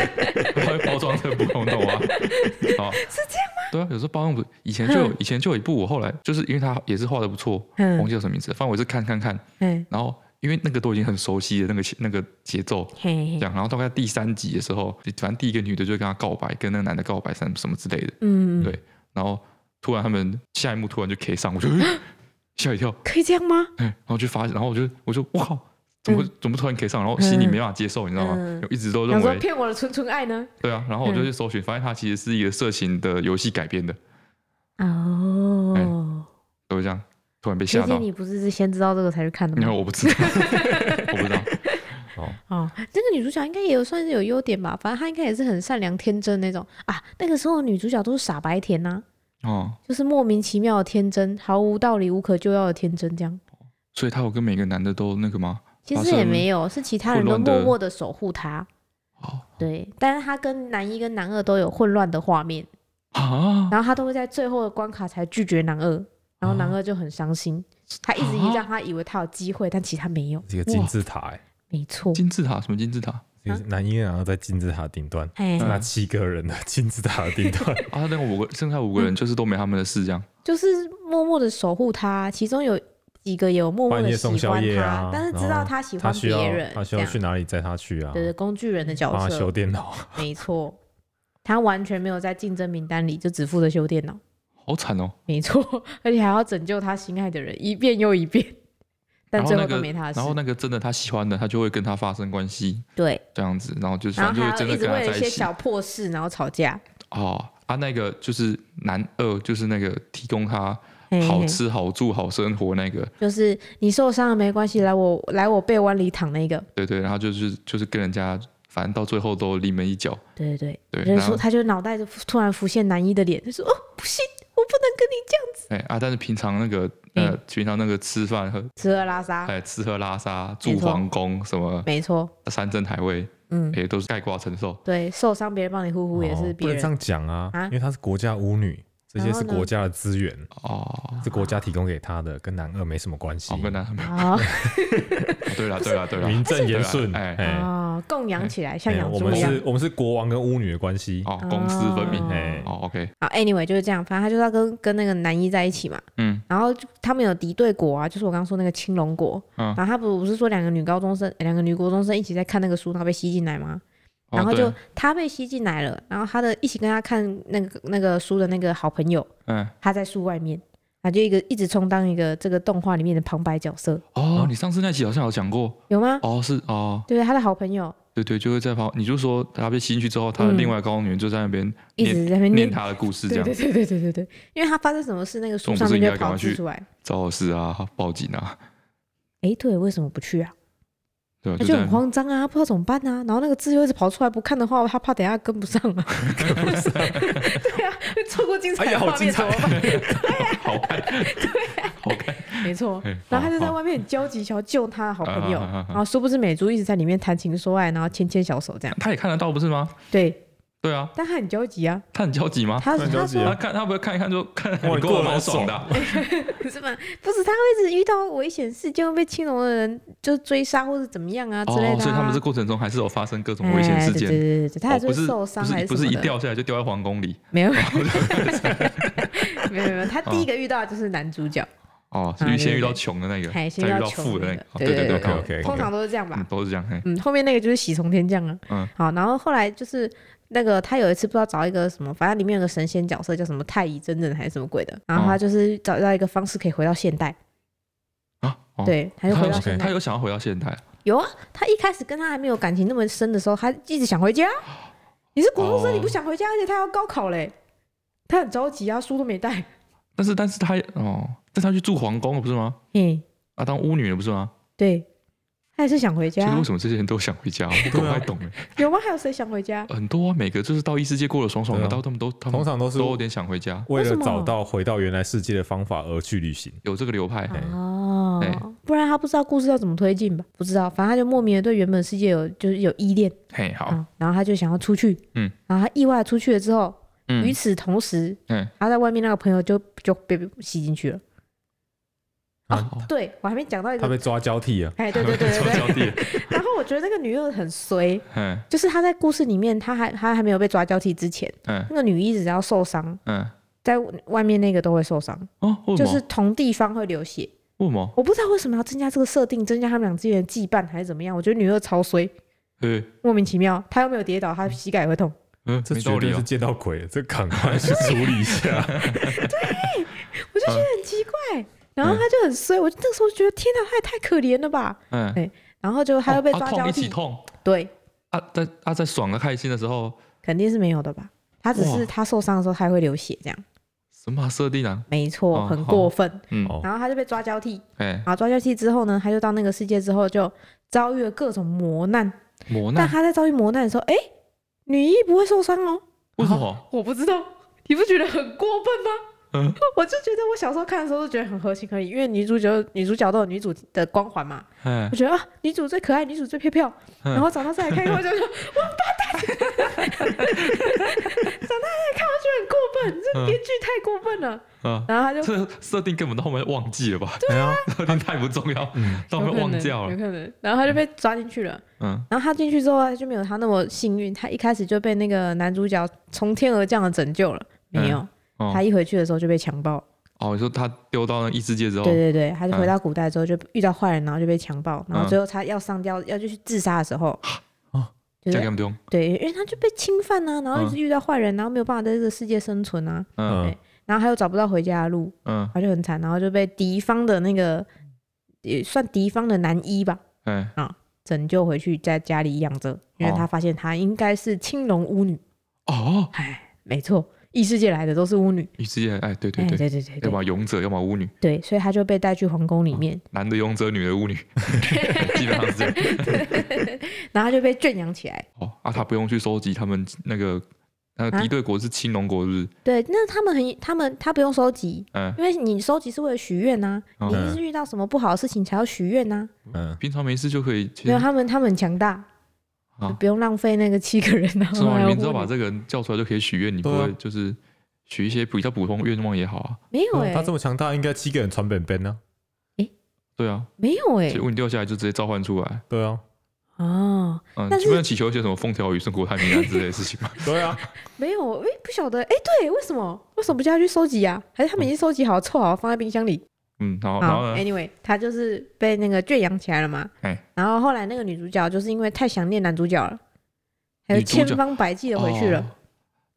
S2: 它会包装成不同动 画，哦，是这样吗？对啊，有时候包装不，以前就有
S1: 嗯
S2: 以前就有一部，我后来就是因为他也是画的不错，
S1: 嗯
S2: 忘记叫什么名字了，反正我也是看看看，
S1: 嘿，
S2: 然后因为那个都已经很熟悉的那个那个节奏。
S1: 嘿
S2: 这
S1: 嘿，
S2: 样，然后大概第三集的时候，反正第一个女的就跟他告白，跟那个男的告白，什么什么之类的。
S1: 嗯，
S2: 对，然后突然他们下一幕突然就 K 上，我就欸吓一跳，
S1: 可以这样吗？
S2: 哎、然后就发，然后我就我就我靠，怎么会、怎么突然 K 上？然后心里没办法接受，你知道吗？
S1: 嗯
S2: 我一直都认
S1: 想说
S2: 为
S1: 骗我嗯的纯纯爱呢？
S2: 对啊，然后我就去搜寻，发现它其实是一个色情的游戏改编的，
S1: 哦，
S2: 就这样突然被
S1: 毕
S2: 哎吓到
S1: 竟。你不是先知道这个才去看的
S2: 因为
S1: 吗？
S2: 我不知道，我不知道，
S1: 哦，这个女主角应该也有算是有优点吧，反正她应该也是很善良天真那种啊。那个时候的女主角都是傻白甜呐、啊
S2: 哦，
S1: 就是莫名其妙的天真，毫无道理、无可救药的天真这样。
S2: 所以他有跟每个男的都那个吗？
S1: 其
S2: 发
S1: 实
S2: 生
S1: 也没有，是其他人都
S2: 混乱
S1: 默
S2: 的
S1: 默的守护她。
S2: 哦
S1: 对，但是她跟男一跟男二都有混乱的画面，
S2: 啊，
S1: 然后他都会在最后的关卡才拒绝男二，然后男
S3: 啊
S1: 二就很伤心，他一直以
S2: 啊
S1: 让他以为他有机会，但其实他没有。
S3: 这个金字塔，哎，
S1: 没错，
S2: 金字塔什么金字塔啊？
S3: 这个是男一然后在金字塔顶端，
S1: 哎
S2: 嗯
S3: 是，那七个人的金字塔的顶 端，
S2: 他啊那五个剩下五个
S1: 嗯
S2: 人就是都没他们的事这样。
S1: 就是默默的守护他，其中有几个有默默
S3: 半
S1: 的
S3: 夜
S1: 喜
S3: 送宵
S1: 欢
S3: 夜
S1: 他，
S3: 啊
S1: 但是知
S3: 然
S1: 道
S3: 后
S1: 他喜
S3: 他
S1: 欢
S3: 需
S1: 别
S3: 要
S1: 人，
S3: 他需
S1: 这
S3: 要
S1: 样
S3: 去哪里载他去啊？
S1: 对对工具人的角
S3: 帮他修
S1: 色，
S3: 电脑，
S1: 没错，他完全没有在竞争名单里，就只负责修电脑，
S2: 好惨哦！
S1: 没错，而且还要拯救他心爱的人一遍又一 遍，但
S2: 然后
S1: 最后
S2: 那
S1: 都
S2: 个
S1: 没他的事，
S2: 然后那个真的他喜欢的，他就会跟他发生关系，
S1: 对，
S2: 这样子，然后就是
S1: 然
S2: 反
S1: 后
S2: 正就
S1: 还
S2: 会真
S1: 要一直为
S2: 的跟他
S1: 了一
S2: 在
S1: 些
S2: 一起。
S1: 小破事然后吵架，
S2: 哦，啊，那个就是男二，就是那个提供他
S1: 嘿嘿
S2: 好吃好住好生活那个，
S1: 就是你受伤了没关系，来我来我背弯里躺那个，
S2: 对对，然后就是就是跟人家，反正到最后都临门一脚，
S1: 对对
S2: 对
S1: 就是
S2: 然
S1: 说
S2: 后
S1: 他就脑袋就突然浮现男一的脸，就说哦不行，我不能跟你这样，
S2: 哎啊，但是平常那个
S1: 嗯
S2: 呃，平常那个吃饭喝，
S1: 吃喝拉撒，
S2: 哎，吃喝拉撒
S1: 没
S2: 住
S1: 错
S2: 皇宫什么
S1: 没错，
S2: 山珍海味，
S1: 嗯，
S2: 也哎都是盖挂承受。
S1: 对，受伤别人帮你呼呼也是
S3: 哦不
S1: 别
S3: 能
S1: 人，
S3: 这样讲啊
S1: 啊，
S3: 因为她是国家舞女，这些
S1: 然后
S3: 是
S1: 呢
S3: 国家的资源，
S2: 哦，
S3: 是国家提供给她的，跟男二没什么关系
S2: 好。哦跟他们，
S1: 啊
S2: 对了对了对
S3: 名
S2: 了，
S3: 正言顺，
S2: 对 啊哎
S3: 哎，
S1: 啊，供养起来像
S3: 哎
S1: 养
S3: 我
S1: 猪
S3: 们
S1: 一样。
S3: 是，我们是国王跟巫女的关系，
S2: 哦，公私分明
S1: 哦，
S3: 哎
S2: 哦，OK，
S1: 好，anyway 就是这样，反正他就是要跟跟那个男一在一起嘛，
S2: 嗯
S1: 然后就他们有敌对国啊，就是我刚刚说那个青龙国，
S2: 嗯
S1: 然，后他不不是说两个女高中生，两个女国中生一起在看那个书，然后被吸进来吗？
S2: 哦
S1: 然后就
S2: 对
S1: 他被吸进来了，然后他的一起跟他看那个那个书的那个好朋友，
S2: 嗯，
S1: 他在书外面，他就一个一直充当一个这个动画里面的旁白角色，
S2: 哦，你上次那集好像有讲过，
S1: 有吗？
S2: 哦，是哦，
S1: 对，他的好朋友
S2: 对对，就会在旁，你就说他被吸进去之后，他的
S1: 嗯
S2: 另外一个高中女人就在那边
S1: 一
S2: 念
S1: 直在那边
S2: 念
S1: 念，
S2: 他的故事，这
S1: 对
S2: 样
S1: 对对对对对对，因为他发生什么事，那个书
S2: 我们
S1: 上
S2: 不是
S1: 面就
S2: 应
S1: 会
S2: 该赶
S1: 跑
S2: 快
S1: 字
S2: 去
S1: 出来。
S2: 找老师啊，报警啊，
S1: 诶，对，为什么不去啊？
S2: 对吧？
S1: 他就
S2: 就这
S1: 很
S2: 样，
S1: 慌张啊，不知道怎么办啊。然后那个字又一直跑出来，不看的话，他怕等一下跟不上啊。对啊，会错过精彩
S3: 哎
S1: 的
S3: 呀，好
S1: 画
S3: 精
S1: 面怎
S3: 彩
S1: 么办？！
S2: 好看，好看，
S1: 没错
S2: 哎，
S1: 然后他就
S2: 好
S1: 在外面很焦急，想要救他的好朋友
S2: 啊啊啊啊啊，
S1: 然后殊不知美珠一直在里面谈情说爱，然后牵牵小手这样。
S2: 他也看得到不是吗？
S1: 对，
S2: 对啊，
S1: 但他很焦急啊，
S2: 他很焦急吗？
S1: 他
S3: 他很
S1: 他
S3: 焦急
S1: 说
S3: 啊
S2: 他看他不会看一看就看，
S3: 哇
S2: 你
S3: 你
S2: 过
S3: 过
S2: 得
S3: 得
S2: 蛮
S3: 蛮
S2: 爽
S3: 爽
S2: 的
S3: 的
S2: 啊、
S1: 是吗？不是，他会一直遇到危险事件会被青龙的人就追杀或者怎么样啊之类的、啊
S2: 所以他们这过程中还是有发生各种危险事件。
S1: 哎对对对对，他还
S2: 哦不
S1: 会
S2: 是
S1: 受伤
S2: 不
S1: 还
S2: 是不
S1: 什
S2: 是
S1: 么
S2: 一
S1: 的
S2: 掉下来就掉在皇宫里
S1: 没有没有没有，他第一个遇到的就是男主角，
S2: 哦，
S1: 啊
S2: 是先
S1: 对
S2: 遇到
S1: 对
S2: 穷的那个，
S1: 哎，先
S2: 再遇
S1: 到
S2: 到
S1: 穷
S2: 富的
S1: 那
S2: 那
S1: 个
S2: 个，哦，
S1: 对
S2: 对
S1: 对
S2: 对
S3: OK，OK，OK
S1: 通常都是这样吧
S2: 嗯，。都是这样，嘿，
S1: 嗯，后面那个就是喜从天降啊。
S2: 嗯，
S1: 好，然后后来就是那个他有一次不知道找一个什么，反正里面有个神仙角色叫什么太乙真人还是什么鬼的，然后他就是找到一个方式可以回到现代，
S2: 啊，哦，
S1: 对，他就
S2: 他
S1: 回到
S2: 有
S1: 现
S2: 他
S1: 代。
S2: 有想要回到现代，
S1: 有啊，他一开始跟他还没有感情那么深的时候，他一直想回家。你是国中生，
S2: 哦
S1: 你不想回家，而且他要高考嘞，他很着急啊，书都没带。
S2: 但是但是他哦，但是他去住皇宫了不是吗？
S1: 嗯，
S2: 啊，当巫女了不是吗？
S1: 对，他也是想回
S2: 所
S1: 家
S2: 以
S1: 啊
S2: 为。什么这些人都想回家？我不太懂哎，
S1: 有吗？还有谁想回家？
S2: 很多啊，每个就是到异世界过得爽爽的，
S3: 对啊
S2: 到他们都他
S3: 通
S2: 们
S3: 常都是
S2: 都有点想回家，
S3: 为
S1: 为什
S3: 了
S1: 么
S3: 找到回到原来世界的方法而去旅行。
S2: 有这个流派，
S1: 哦
S2: 哎，
S1: 不然他不知道故事要怎么推进吧？不知道，反正他就莫名的对原本世界有就是有依恋。
S2: 嘿，好，
S1: 啊，然后他就想要出去，
S2: 嗯，
S1: 然后他意外出去了之后，与
S2: 嗯，
S1: 此同时，
S2: 嗯，
S1: 他在外面那个朋友就就被吸进去了。哦
S3: 啊
S2: 好
S1: 对我还没讲到一
S3: 他
S1: 个，
S3: 被抓交替啊！
S1: 哎，对对对对对。
S2: 娇弟，
S1: 然后我觉得那个女二很衰，
S2: 嗯
S1: 就是她在故事里面，她还她还没有被抓交替之前，
S2: 嗯
S1: 那个女一只要受伤，
S2: 嗯，
S1: 在外面那个都会受伤，
S2: 哦，为什
S1: 就
S2: 么？
S1: 是同地方会流血。
S2: 为什么？
S1: 我不知道为什么要增加这个设定，增加他们俩之间的羁绊还是怎么样？我觉得女二超衰，
S2: 呃
S1: 莫名其妙，她又没有跌倒，她膝盖也会痛。
S2: 嗯，
S3: 这
S2: 没
S3: 绝
S2: 道理
S3: 对
S2: 啊
S3: 是。见到鬼了，这赶快去处理一下。
S1: 我就觉得很奇怪。然后他就很衰，我就那时候觉得天哪，他也太可怜了吧。
S2: 嗯，
S1: 然后就他又被抓
S2: 哦啊
S1: 交
S2: 痛一起
S1: 替，
S2: 痛
S1: 对，
S2: 啊，在啊在爽的开心的时候，
S1: 肯定是没有的吧？他只
S2: 哇
S1: 是他受伤的时候他会流血，这样
S2: 什么设定啊？
S1: 没错，
S2: 哦
S1: 很过分。
S2: 嗯，
S3: 哦
S1: 然后他就被抓交替，
S2: 哎，
S1: 然后抓交替之后呢，他就到那个世界之后就遭遇了各种磨难。
S2: 磨
S1: 但
S2: 难
S1: 他在遭遇磨难的时候，哎，女一不会受伤哦，
S2: 为什么？
S1: 我不知道，你不觉得很过分吗？
S2: 嗯
S1: 我就觉得我小时候看的时候都觉得很合情合理，因为女主角女主角都有女主的光环嘛，
S2: 哎
S1: 我，觉得啊，女主最可爱，女主最漂漂。
S2: 嗯
S1: 然后长大再来看，我就说，我八 蛋！长大再来看，我觉得很过分，这编剧太过分了。
S2: 啊，
S1: 然后他就
S2: 嗯这设定根本到后面忘记了吧？
S3: 对啊，
S2: 设定太不重要，到后
S1: 有
S2: 面
S1: 可
S2: 忘
S1: 能，
S2: 掉
S1: 有
S2: 了。
S1: 可能。然后他就被抓进去了。
S2: 嗯，
S1: 然后他进去之后，他就没有他那么幸运，他一开始就被那个男主角从天而降的拯救了。没有，
S2: 哦
S1: 他一回去的时候就被强暴。
S2: 哦，你说他丢到那异世界之后，
S1: 对对对，他就
S2: 嗯
S1: 回到古代之后就遇到坏人，然后就被强暴，然后
S2: 嗯啊
S1: 最后他要上吊要去自杀的时候，
S3: 哦
S1: 就是
S2: 嫁给他们丢，
S1: 对，因为他就被侵犯啊，然后一直遇到坏人，然后没有办法在这个世界生存啊，
S2: 嗯
S3: 嗯，
S1: 然后他又找不到回家的路，
S2: 嗯，
S1: 他就很惨，然后就被敌方的那个也算敌方的男一吧
S2: 哎，
S1: 拯救回去，在家里养着，因为
S2: 哦
S1: 他发现他应该是青龙巫女，
S2: 哦，
S1: 哎，没错，异世界来的都是巫女，
S2: 异世界，哎，对对
S1: 哎，
S2: 对，
S1: 对对对
S2: 要
S1: 对
S2: 么勇者，要么巫女，
S1: 对，所以他就被带去皇宫里面，
S2: 男的勇者，女的巫 女，基本上是这样。
S1: 然后他就被圈养起来。
S2: 哦，啊，他不用去收集他们那个，那
S1: 啊
S2: 个敌对国是青龙国，是不是？
S1: 对，那他们很，他们他不用收集，
S2: 嗯，
S1: 因为你收集是为了许愿呐，
S2: 哦
S1: 你一定是遇到什么不好的事情才要许愿呐。
S3: 嗯，
S2: 平常没事就可以。
S1: 没有，他们他们很强大，
S2: 啊
S1: 不用浪费那个七个人然
S2: 是
S1: 后
S2: 吗？
S1: 还
S2: 你
S1: 有
S2: 明知
S1: 护
S2: 道把
S1: 理
S2: 这个人叫出来就可以许愿，你不
S3: 对啊
S2: 会就是许一些比较普通愿望也好啊？
S1: 没有哎、
S3: 他这么强大，应该七个人传本本呢。
S2: 对啊，
S1: 没有哎、
S2: 结果你掉下来就直接召唤出来。
S3: 对啊，
S1: 哦，
S2: 嗯，
S1: 但
S2: 基本上祈求一些什么风调雨顺、国泰民安之类的事情吧。
S3: 对啊，
S1: 没有哎、不晓得哎、对，为什么为什么不叫他去收集啊？还是他们已经收集好、凑好放在冰箱里？
S2: 嗯，然后然
S1: 好
S2: 后呢？
S1: ，anyway，他就是被那个圈养起来了嘛。
S2: 哎
S1: 然后后来那个女主角就是因为太想念男主角了，还有
S2: 女主角
S1: 千方百计的回去了。
S2: 哦。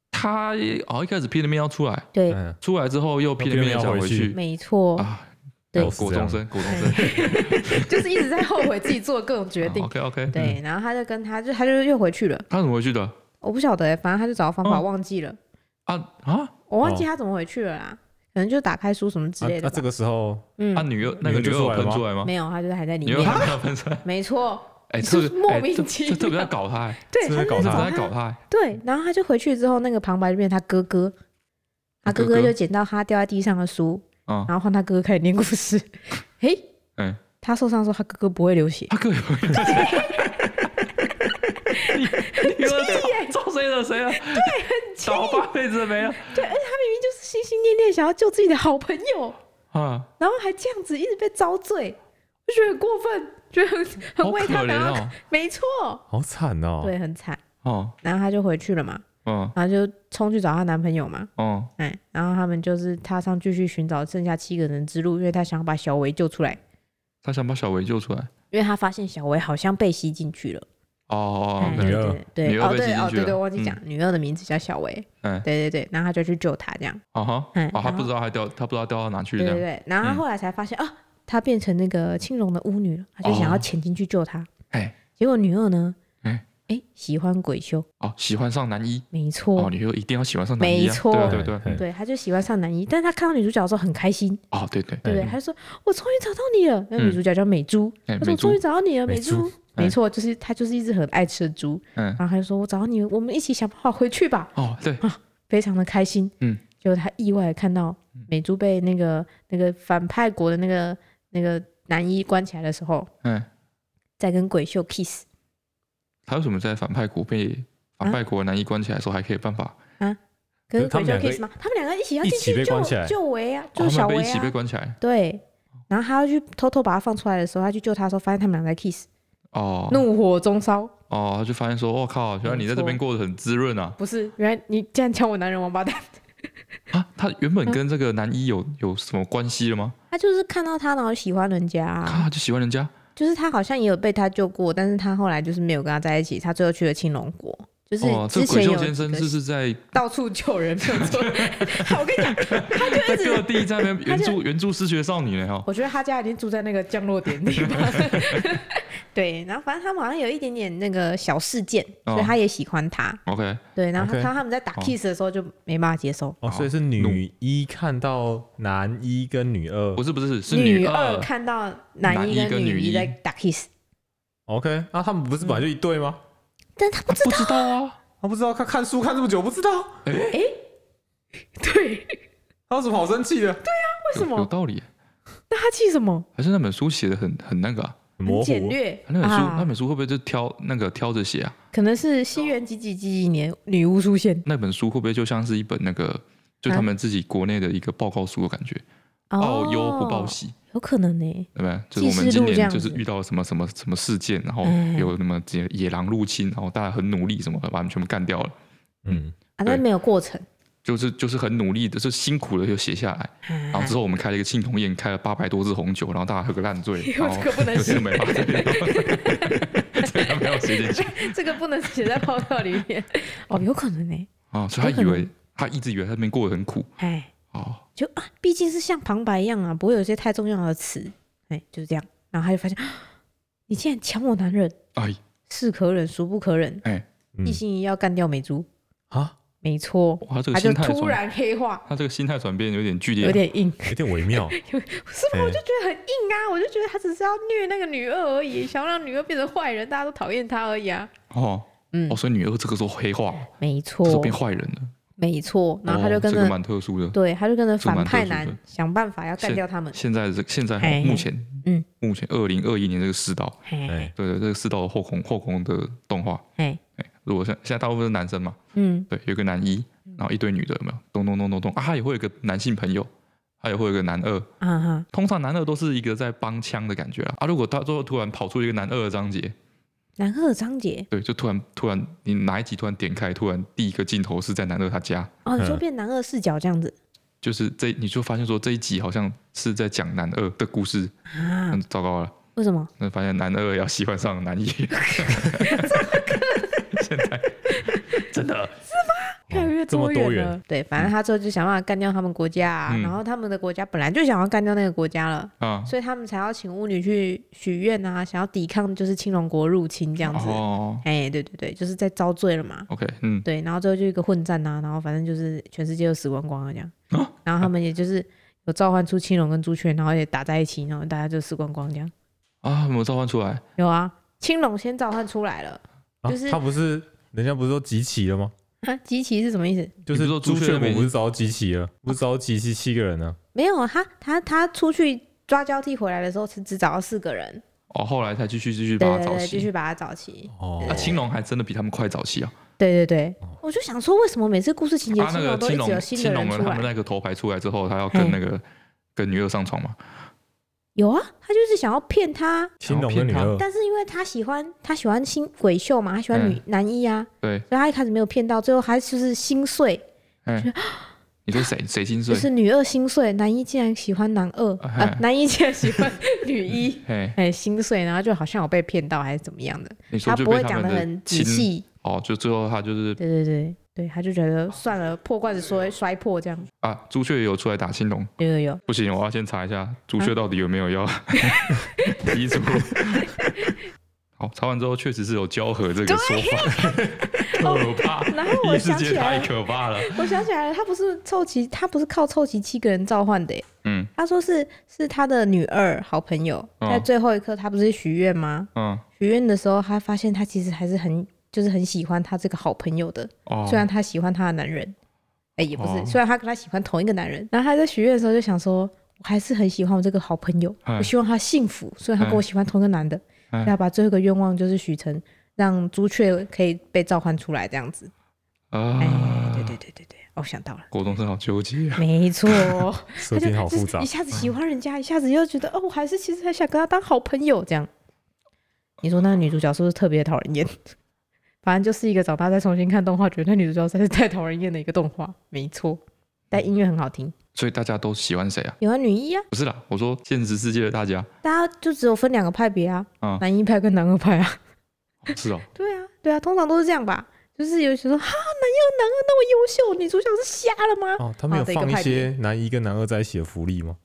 S2: 他哦，一开始披着面要出来，
S1: 对，
S3: 嗯，
S2: 出来之后又披着面想回去
S1: 没错，
S2: 啊。
S1: 对
S2: 果冻生，果冻生。
S1: 就是一直在后悔自己做的各种决定。
S2: OK 哦 OK，
S1: 对，然后他就跟他就他就又回去了，
S2: 他怎么回去的？
S1: 我不晓得、欸，反正他就找方法
S2: 哦
S1: 忘记了。
S2: 啊啊！
S1: 我忘记他怎么回去了啦，可能就打开书什么之
S3: 那
S1: 类的
S3: 那
S1: 吧。
S3: 啊这个时候
S1: 嗯，
S2: 啊，女二那个
S3: 女
S2: 女
S3: 儿就
S2: 二有喷
S3: 出来了吗
S2: 出来吗？
S1: 没有，他就还在里
S2: 女二
S1: 面。
S2: 没有喷出来。
S1: 没错，
S2: 哎，
S1: 是
S2: 这
S1: 不是
S2: 个
S1: 莫
S2: 哎
S1: 名
S2: 这
S1: 其
S2: 这特别在搞他，哎
S1: 对，
S3: 真
S1: 他
S3: 的搞
S2: 这
S1: 就在
S3: 他
S2: 特别
S1: 搞
S2: 在搞他，哎
S1: 对，然后他就回去之后，那个旁白就变成他哥哥，他哥
S2: 哥
S1: 哥
S2: 哥
S1: 就捡到他掉在地上的书，
S2: 嗯，
S1: 然后换他哥哥开始念故事。嘿，
S2: 哎，
S1: 他受伤的时候，他哥哥不会流血，
S2: 他哥 有一个。你你说招谁惹谁了？
S1: 气
S2: 倒八辈子没了
S1: 明明就是心心念念想要救自己的好朋友，
S2: 啊！
S1: 然后还这样子一直被遭罪，我觉得很过分，觉得很很
S2: 好
S1: 为他
S2: 可怜
S1: 感到，
S2: 哦，
S1: 没错，
S3: 好惨哦。
S1: 对，很惨。
S2: 哦，
S1: 然后他就回去了嘛，
S2: 嗯
S1: 然后就冲去找她男朋友嘛，
S2: 嗯，
S1: 哎，然后他们就是踏上继续寻找剩下七个人之路，因为他想把小维救出来，
S2: 他想把小维救出来。
S1: 因为他发现小维好像被吸进去了。
S2: 哦
S1: 哎
S2: 哦，
S1: 对对
S2: 女
S3: 女二
S1: 对，
S2: 二
S1: 哦
S2: 被
S1: 对
S2: 吸进
S1: 哦
S2: 去
S1: 对对，
S2: 了
S1: 忘记
S2: 嗯
S1: 讲，女二的名字叫小维，
S2: 哎
S1: 对对对，然后他就去救她这样，
S2: 啊哈，
S1: 哎
S2: 哦，他
S1: 然后
S2: 不知道他掉，他不知道掉到哪去
S1: 对
S2: 这
S1: 对
S2: 样。
S1: 对，然后他
S2: 嗯
S1: 后来才发现啊，她变成那个青龙的巫女了，他就想要
S2: 哦
S1: 潜进去救她，
S2: 哎，
S1: 结果女二呢，
S2: 哎
S1: 哎喜欢鬼修，
S2: 哦，喜欢上男一，
S1: 没
S2: 哦，
S1: 错，
S2: 你就一定要喜欢上
S1: 嗯
S2: 男
S1: 没
S2: 一啊，
S1: 错
S2: 对啊
S3: 哎
S2: 对对，
S3: 哎
S1: 对，他就喜欢上男一，但是他看到女主角的时候很开心，
S2: 哦对对，
S1: 对不对？
S3: 哎
S1: 他就说我终于找到你了，那个女
S2: 嗯
S1: 主角叫美珠，
S2: 哎，
S1: 他说
S2: 美
S1: 我终
S2: 珠
S1: 于，找到你了，美
S3: 美珠
S1: 珠，
S2: 哎
S1: 没错，就是他就是一只很爱吃的猪，
S2: 嗯，
S1: 然后他就说我找到你，我们一起想办法回去吧，
S2: 哦对，
S1: 非常的开心。
S2: 嗯，
S1: 结果他意外地看到美珠被那个那个反派国的那个那个男一关起来的时候，
S2: 嗯，
S1: 在跟鬼秀 kiss
S2: 他为什么在反派国被反派国男一关起来的时候还可以有办法？
S1: 跟
S3: 他
S1: 鬼
S3: 们
S1: 秀
S3: 两个
S1: kiss 吗？他们两个一起要
S3: 一
S1: 进
S3: 起
S1: 去
S3: 被关起
S1: 救
S3: 来
S1: 救维啊，
S2: 哦
S1: 救
S2: 他
S1: 小
S2: 们被
S1: 维
S2: 一起被
S1: 啊。
S2: 关起来。
S1: 对，然后他要去偷偷把他放出来的时候，他去救他的时候，发现他们俩在 kiss，
S2: 哦
S1: 怒火中烧。
S2: 哦，他就发现说，我靠，原来你在这边过得很滋润啊！
S1: 不是，原来你竟然叫我男人王八蛋。
S2: 啊，他原本跟这个男一有有什么关系了吗？
S1: 他就是看到他，然后喜欢人家 啊、
S2: 啊，就喜欢人家
S1: 就是他好像也有被他救过，但是他后来就是没有跟他在一起，他最后去了青龙国。就是
S2: 哦。这
S1: 之
S2: 个鬼
S1: 前有
S2: 秀先生
S1: 几个
S2: 是 是在
S1: 到处救人，没有 错。好我跟你讲，他就
S2: 在
S1: 一
S2: 各
S1: 直，
S2: 地在那边援助援助失学少女呢，哈。哦
S1: 我觉得他家已经住在那个降落点地方。 对，然后反正他们好像有一点点那个小事件，
S2: 哦
S1: 所以他也喜欢他。
S2: OK，
S1: 对，然后他
S3: OK
S1: 他他们在打
S2: 好
S1: kiss 的时候就没办法接受，
S3: 哦，所以是女一看到男一跟女二
S2: 不是不是是
S1: 女
S2: 二，
S1: 看到男
S2: 男
S1: 一
S2: 一
S1: 跟
S2: 跟
S1: 女
S2: 女
S1: 一
S2: 一
S1: 在打 kiss，
S3: ，OK，那他们不是本来就一对吗？
S1: 但他不 知
S2: 不知道啊，
S3: 他不知道，他看书看这么久不知道，
S1: 对
S3: 他有什么好生气的？
S1: 为什
S2: 有
S1: 么，
S2: 道理？
S1: 那他气什么？
S2: 还是那本书写的很很那个啊？
S1: 很
S3: 模糊
S1: 简略
S2: 那本书那
S1: 啊，
S2: 本书会不会就挑那个挑着写啊？
S1: 可能是西元几几几几年女巫出现
S2: 那本书会不会就像是一本那个就他们自己国内的一个报告书的感觉？报忧哦不报，喜，
S1: 哦有可能呢。
S2: 对不对？就是
S1: 嗯
S2: 我
S1: 记
S2: 们
S1: 事录
S2: 今
S1: 这样
S2: 年
S1: 子
S2: 就是遇到了什么什么什么事件，然后
S1: 哎
S2: 有什么野野狼入侵，然后大家很努力什么的把他们全部干掉了，
S3: 嗯，
S1: 啊，但是
S2: 对
S1: 没有过程。
S2: 就是就是很努力的，就是辛苦的就写下来。
S1: 嗯
S2: 然后之后我们开了一个庆功宴，开了八百多支红酒，然后大家喝个烂 醉，然后
S1: 这个不能
S2: 有
S1: 写
S2: 些没把这个这个没有写 进去
S1: 这个不能写在报道里面。哦，有可能呢、
S2: 啊，所以他以为他一直以为他那边过得很苦
S1: 哎，
S2: 哦，
S1: 就啊，毕竟是像旁白一样啊，不会有一些太重要的词。哎，就是这样。然后他就发现，啊你竟然抢我男人，
S2: 哎
S1: 是可忍，孰不可忍？
S3: 嗯
S1: 一心一意要干掉美珠，
S3: 啊，
S1: 没错，
S2: 哇，他这
S1: 他
S2: 个
S1: 就
S2: 心态
S1: 突
S2: 转，
S1: 然黑化，
S2: 他这个心态转变有点剧烈，
S1: 有点硬，
S3: 有点微 妙，
S1: 是吧？
S3: 哎
S1: 我就觉得很硬啊，我就觉得他只是要虐那个女二而已，想要让女二变成坏人，大家都讨厌她而已啊。
S2: 哦，
S1: 嗯
S2: 哦，所以女二这个时候黑化了，
S1: 没
S2: 这时候
S1: 错，
S2: 变坏人了，
S1: 没错。然后他
S2: 哦
S1: 就跟
S2: 这个
S1: 着，
S2: 蛮特殊的。
S1: 对，他就跟着反派
S2: 这蛮特殊
S1: 男
S2: 的
S1: 想办法要干掉他们。
S2: 现在这现在
S1: 哎
S2: 目前，
S1: 嗯，
S2: 目前二零二一年这个世道，
S1: 嘿
S3: 哎，
S2: 对对，这个世道的后宫后宫的动画，
S1: 嘿，
S2: 哎，如果像现在大部分是男生嘛，
S1: 嗯，
S2: 对，有一个男一，然后一堆女的，有没有？咚咚咚咚咚啊，他也会有一个男性朋友，他也会有一个男二。
S1: 啊哈，
S2: 通常男二都是一个在帮腔的感觉啊，啊，如果他最后突然跑出一个男二的章节，
S1: 男二章节
S2: 对，就突然突然你哪一集突然点开，突然第一个镜头是在男二他家，
S1: 哦，你说
S3: 嗯
S1: 变男二视角这样子
S2: 就是这你就发现说这一集好像是在讲男二的故事，
S1: 啊
S2: 嗯？，糟糕了，
S1: 为什么？
S2: 那发现男二要喜欢上男一， 现在真的
S1: 越来越
S3: 这么多
S1: 元
S3: 元
S1: 了。哦对，反正他最后就想办法干掉他们国家啊，
S2: 嗯
S1: 然后他们的国家本来就想要干掉那个国家了，
S2: 啊，
S1: 所以他们才要请巫女去许愿啊，想要抵抗就是青龙国入侵这样子。
S2: 哦
S1: 哎，对对对，就是在遭罪了嘛。
S2: ，OK，嗯，
S1: 对，然后最后就一个混战啊，然后反正就是全世界都死光光了这样。
S2: 啊
S1: 然后他们也就是有召唤出青龙跟朱雀，然后也打在一起，然后大家就死光光这样。
S2: 啊，我召唤出来，
S1: 有啊，青龙先召唤出来了
S3: 啊
S1: 就是
S3: 他不是人家不是都集齐了吗？
S1: 啊！集齐是什么意思？
S2: 你不
S3: 就是
S2: 是说
S3: 朱
S2: 朱
S3: 雀
S2: 雀
S3: 我
S2: 没
S3: 不是早集齐了，不是早集齐七个人啊呢、
S1: 没有，啊他他他出去抓交替回来的时候，是只找到四个人，
S2: 哦，后来才继续继续
S1: 对
S2: 把它
S1: 对
S2: 找
S1: 对，继续
S2: 齐。
S1: 把他找齐。
S3: 哦
S2: 啊，青龙还真的比他们快早期啊！
S1: 对对对，我就想说，为什么每次故事情节
S2: 他那
S1: 青
S2: 个
S1: 龙都
S2: 青
S1: 一直有
S2: 龙，
S1: 新的
S2: 青龙
S1: 人
S2: 的
S1: 出
S2: 他们
S1: 来？
S2: 那个头牌出来之后，他要
S1: 嘿
S2: 跟那个跟女二上床嘛？
S1: 有啊，他就是想要骗他，
S3: 青龙跟女二，
S1: 但是因为他喜欢他喜欢新鬼秀嘛，他喜欢女
S2: 嗯
S1: 男一啊，
S2: 对，
S1: 所以他一开始没有骗到，最后他就是心碎，
S2: 嗯，你说谁谁心碎
S1: 就？是女二心碎，男一竟然喜欢男二，
S2: 啊
S1: 啊
S2: 嘿，
S1: 男一竟然喜欢女一，
S2: 嘿，
S1: 哎，心碎，然后就好像有被骗到还是怎么样的，
S2: 你说
S1: 他
S2: 就
S1: 不会
S2: 被他
S1: 讲的
S2: 们
S1: 很
S2: 的
S1: 仔
S2: 亲
S1: 细，
S2: 哦，就最后他就是
S1: 对对对对，他就觉
S2: 哦
S1: 得算了，破罐子摔摔破这样，
S2: 啊，朱雀也有出来打青龙，
S1: 有 有有，
S2: 不行，我要先查一下朱
S1: 嗯
S2: 雀到底有没有要 踢出。 好，查完之后确实是有交合这个说法， 可怕！
S1: 然后哦我
S2: 异世
S1: 想起
S2: 界
S1: 来
S2: 太
S1: 了，
S2: 可怕了。
S1: 我想起来了，他不是凑齐，他不是靠凑齐七个人召唤的耶，
S2: 嗯
S1: 他说是是他的女二好朋友，
S2: 哦
S1: 在最后一刻他不是许愿吗？
S2: 嗯
S1: 许愿的时候，他发现他其实还是很就是很喜欢他这个好朋友的，
S2: 哦，
S1: 虽然他喜欢他的男人，哎、也不是，
S2: 哦
S1: 虽然他跟他喜欢同一个男人，然后他在许愿的时候就想说，我还是很喜欢我这个好朋友，
S2: 嗯
S1: 我希望他幸福，虽然他跟我喜欢同一个男的，
S2: 嗯
S1: 要把最后一个愿望就是许成。让朱雀可以被召唤出来，这样子。哎、
S2: 啊，
S1: 对对对对对，哦，想到了，
S2: 国中生好纠结啊。
S1: 没错。
S3: 设定好复杂
S1: 一。下子喜欢人家，一下子又觉得哦，我还是其实还想跟他当好朋友这样。你说那个女主角是不是特别讨人厌？反正就是一个长大再重新看动画，觉得那女主角实在是太讨人厌的一个动画，没错。但音乐很好听，
S2: 所以大家都喜欢谁啊？
S1: 喜欢女一啊，
S2: 不是啦，我说现实世界的大家
S1: 大家就只有分两个派别啊，
S2: 嗯
S1: 男一派跟男二派啊。
S2: 哦是哦，
S1: 对啊，对啊，通常都是这样吧。就是有些说哈，男一、男二啊那么优秀，女主角是瞎了吗？
S3: 哦，他们
S1: 好
S3: 有
S1: 的一个
S3: 放一
S1: 派别
S3: 些男一跟男二在一起的福利吗？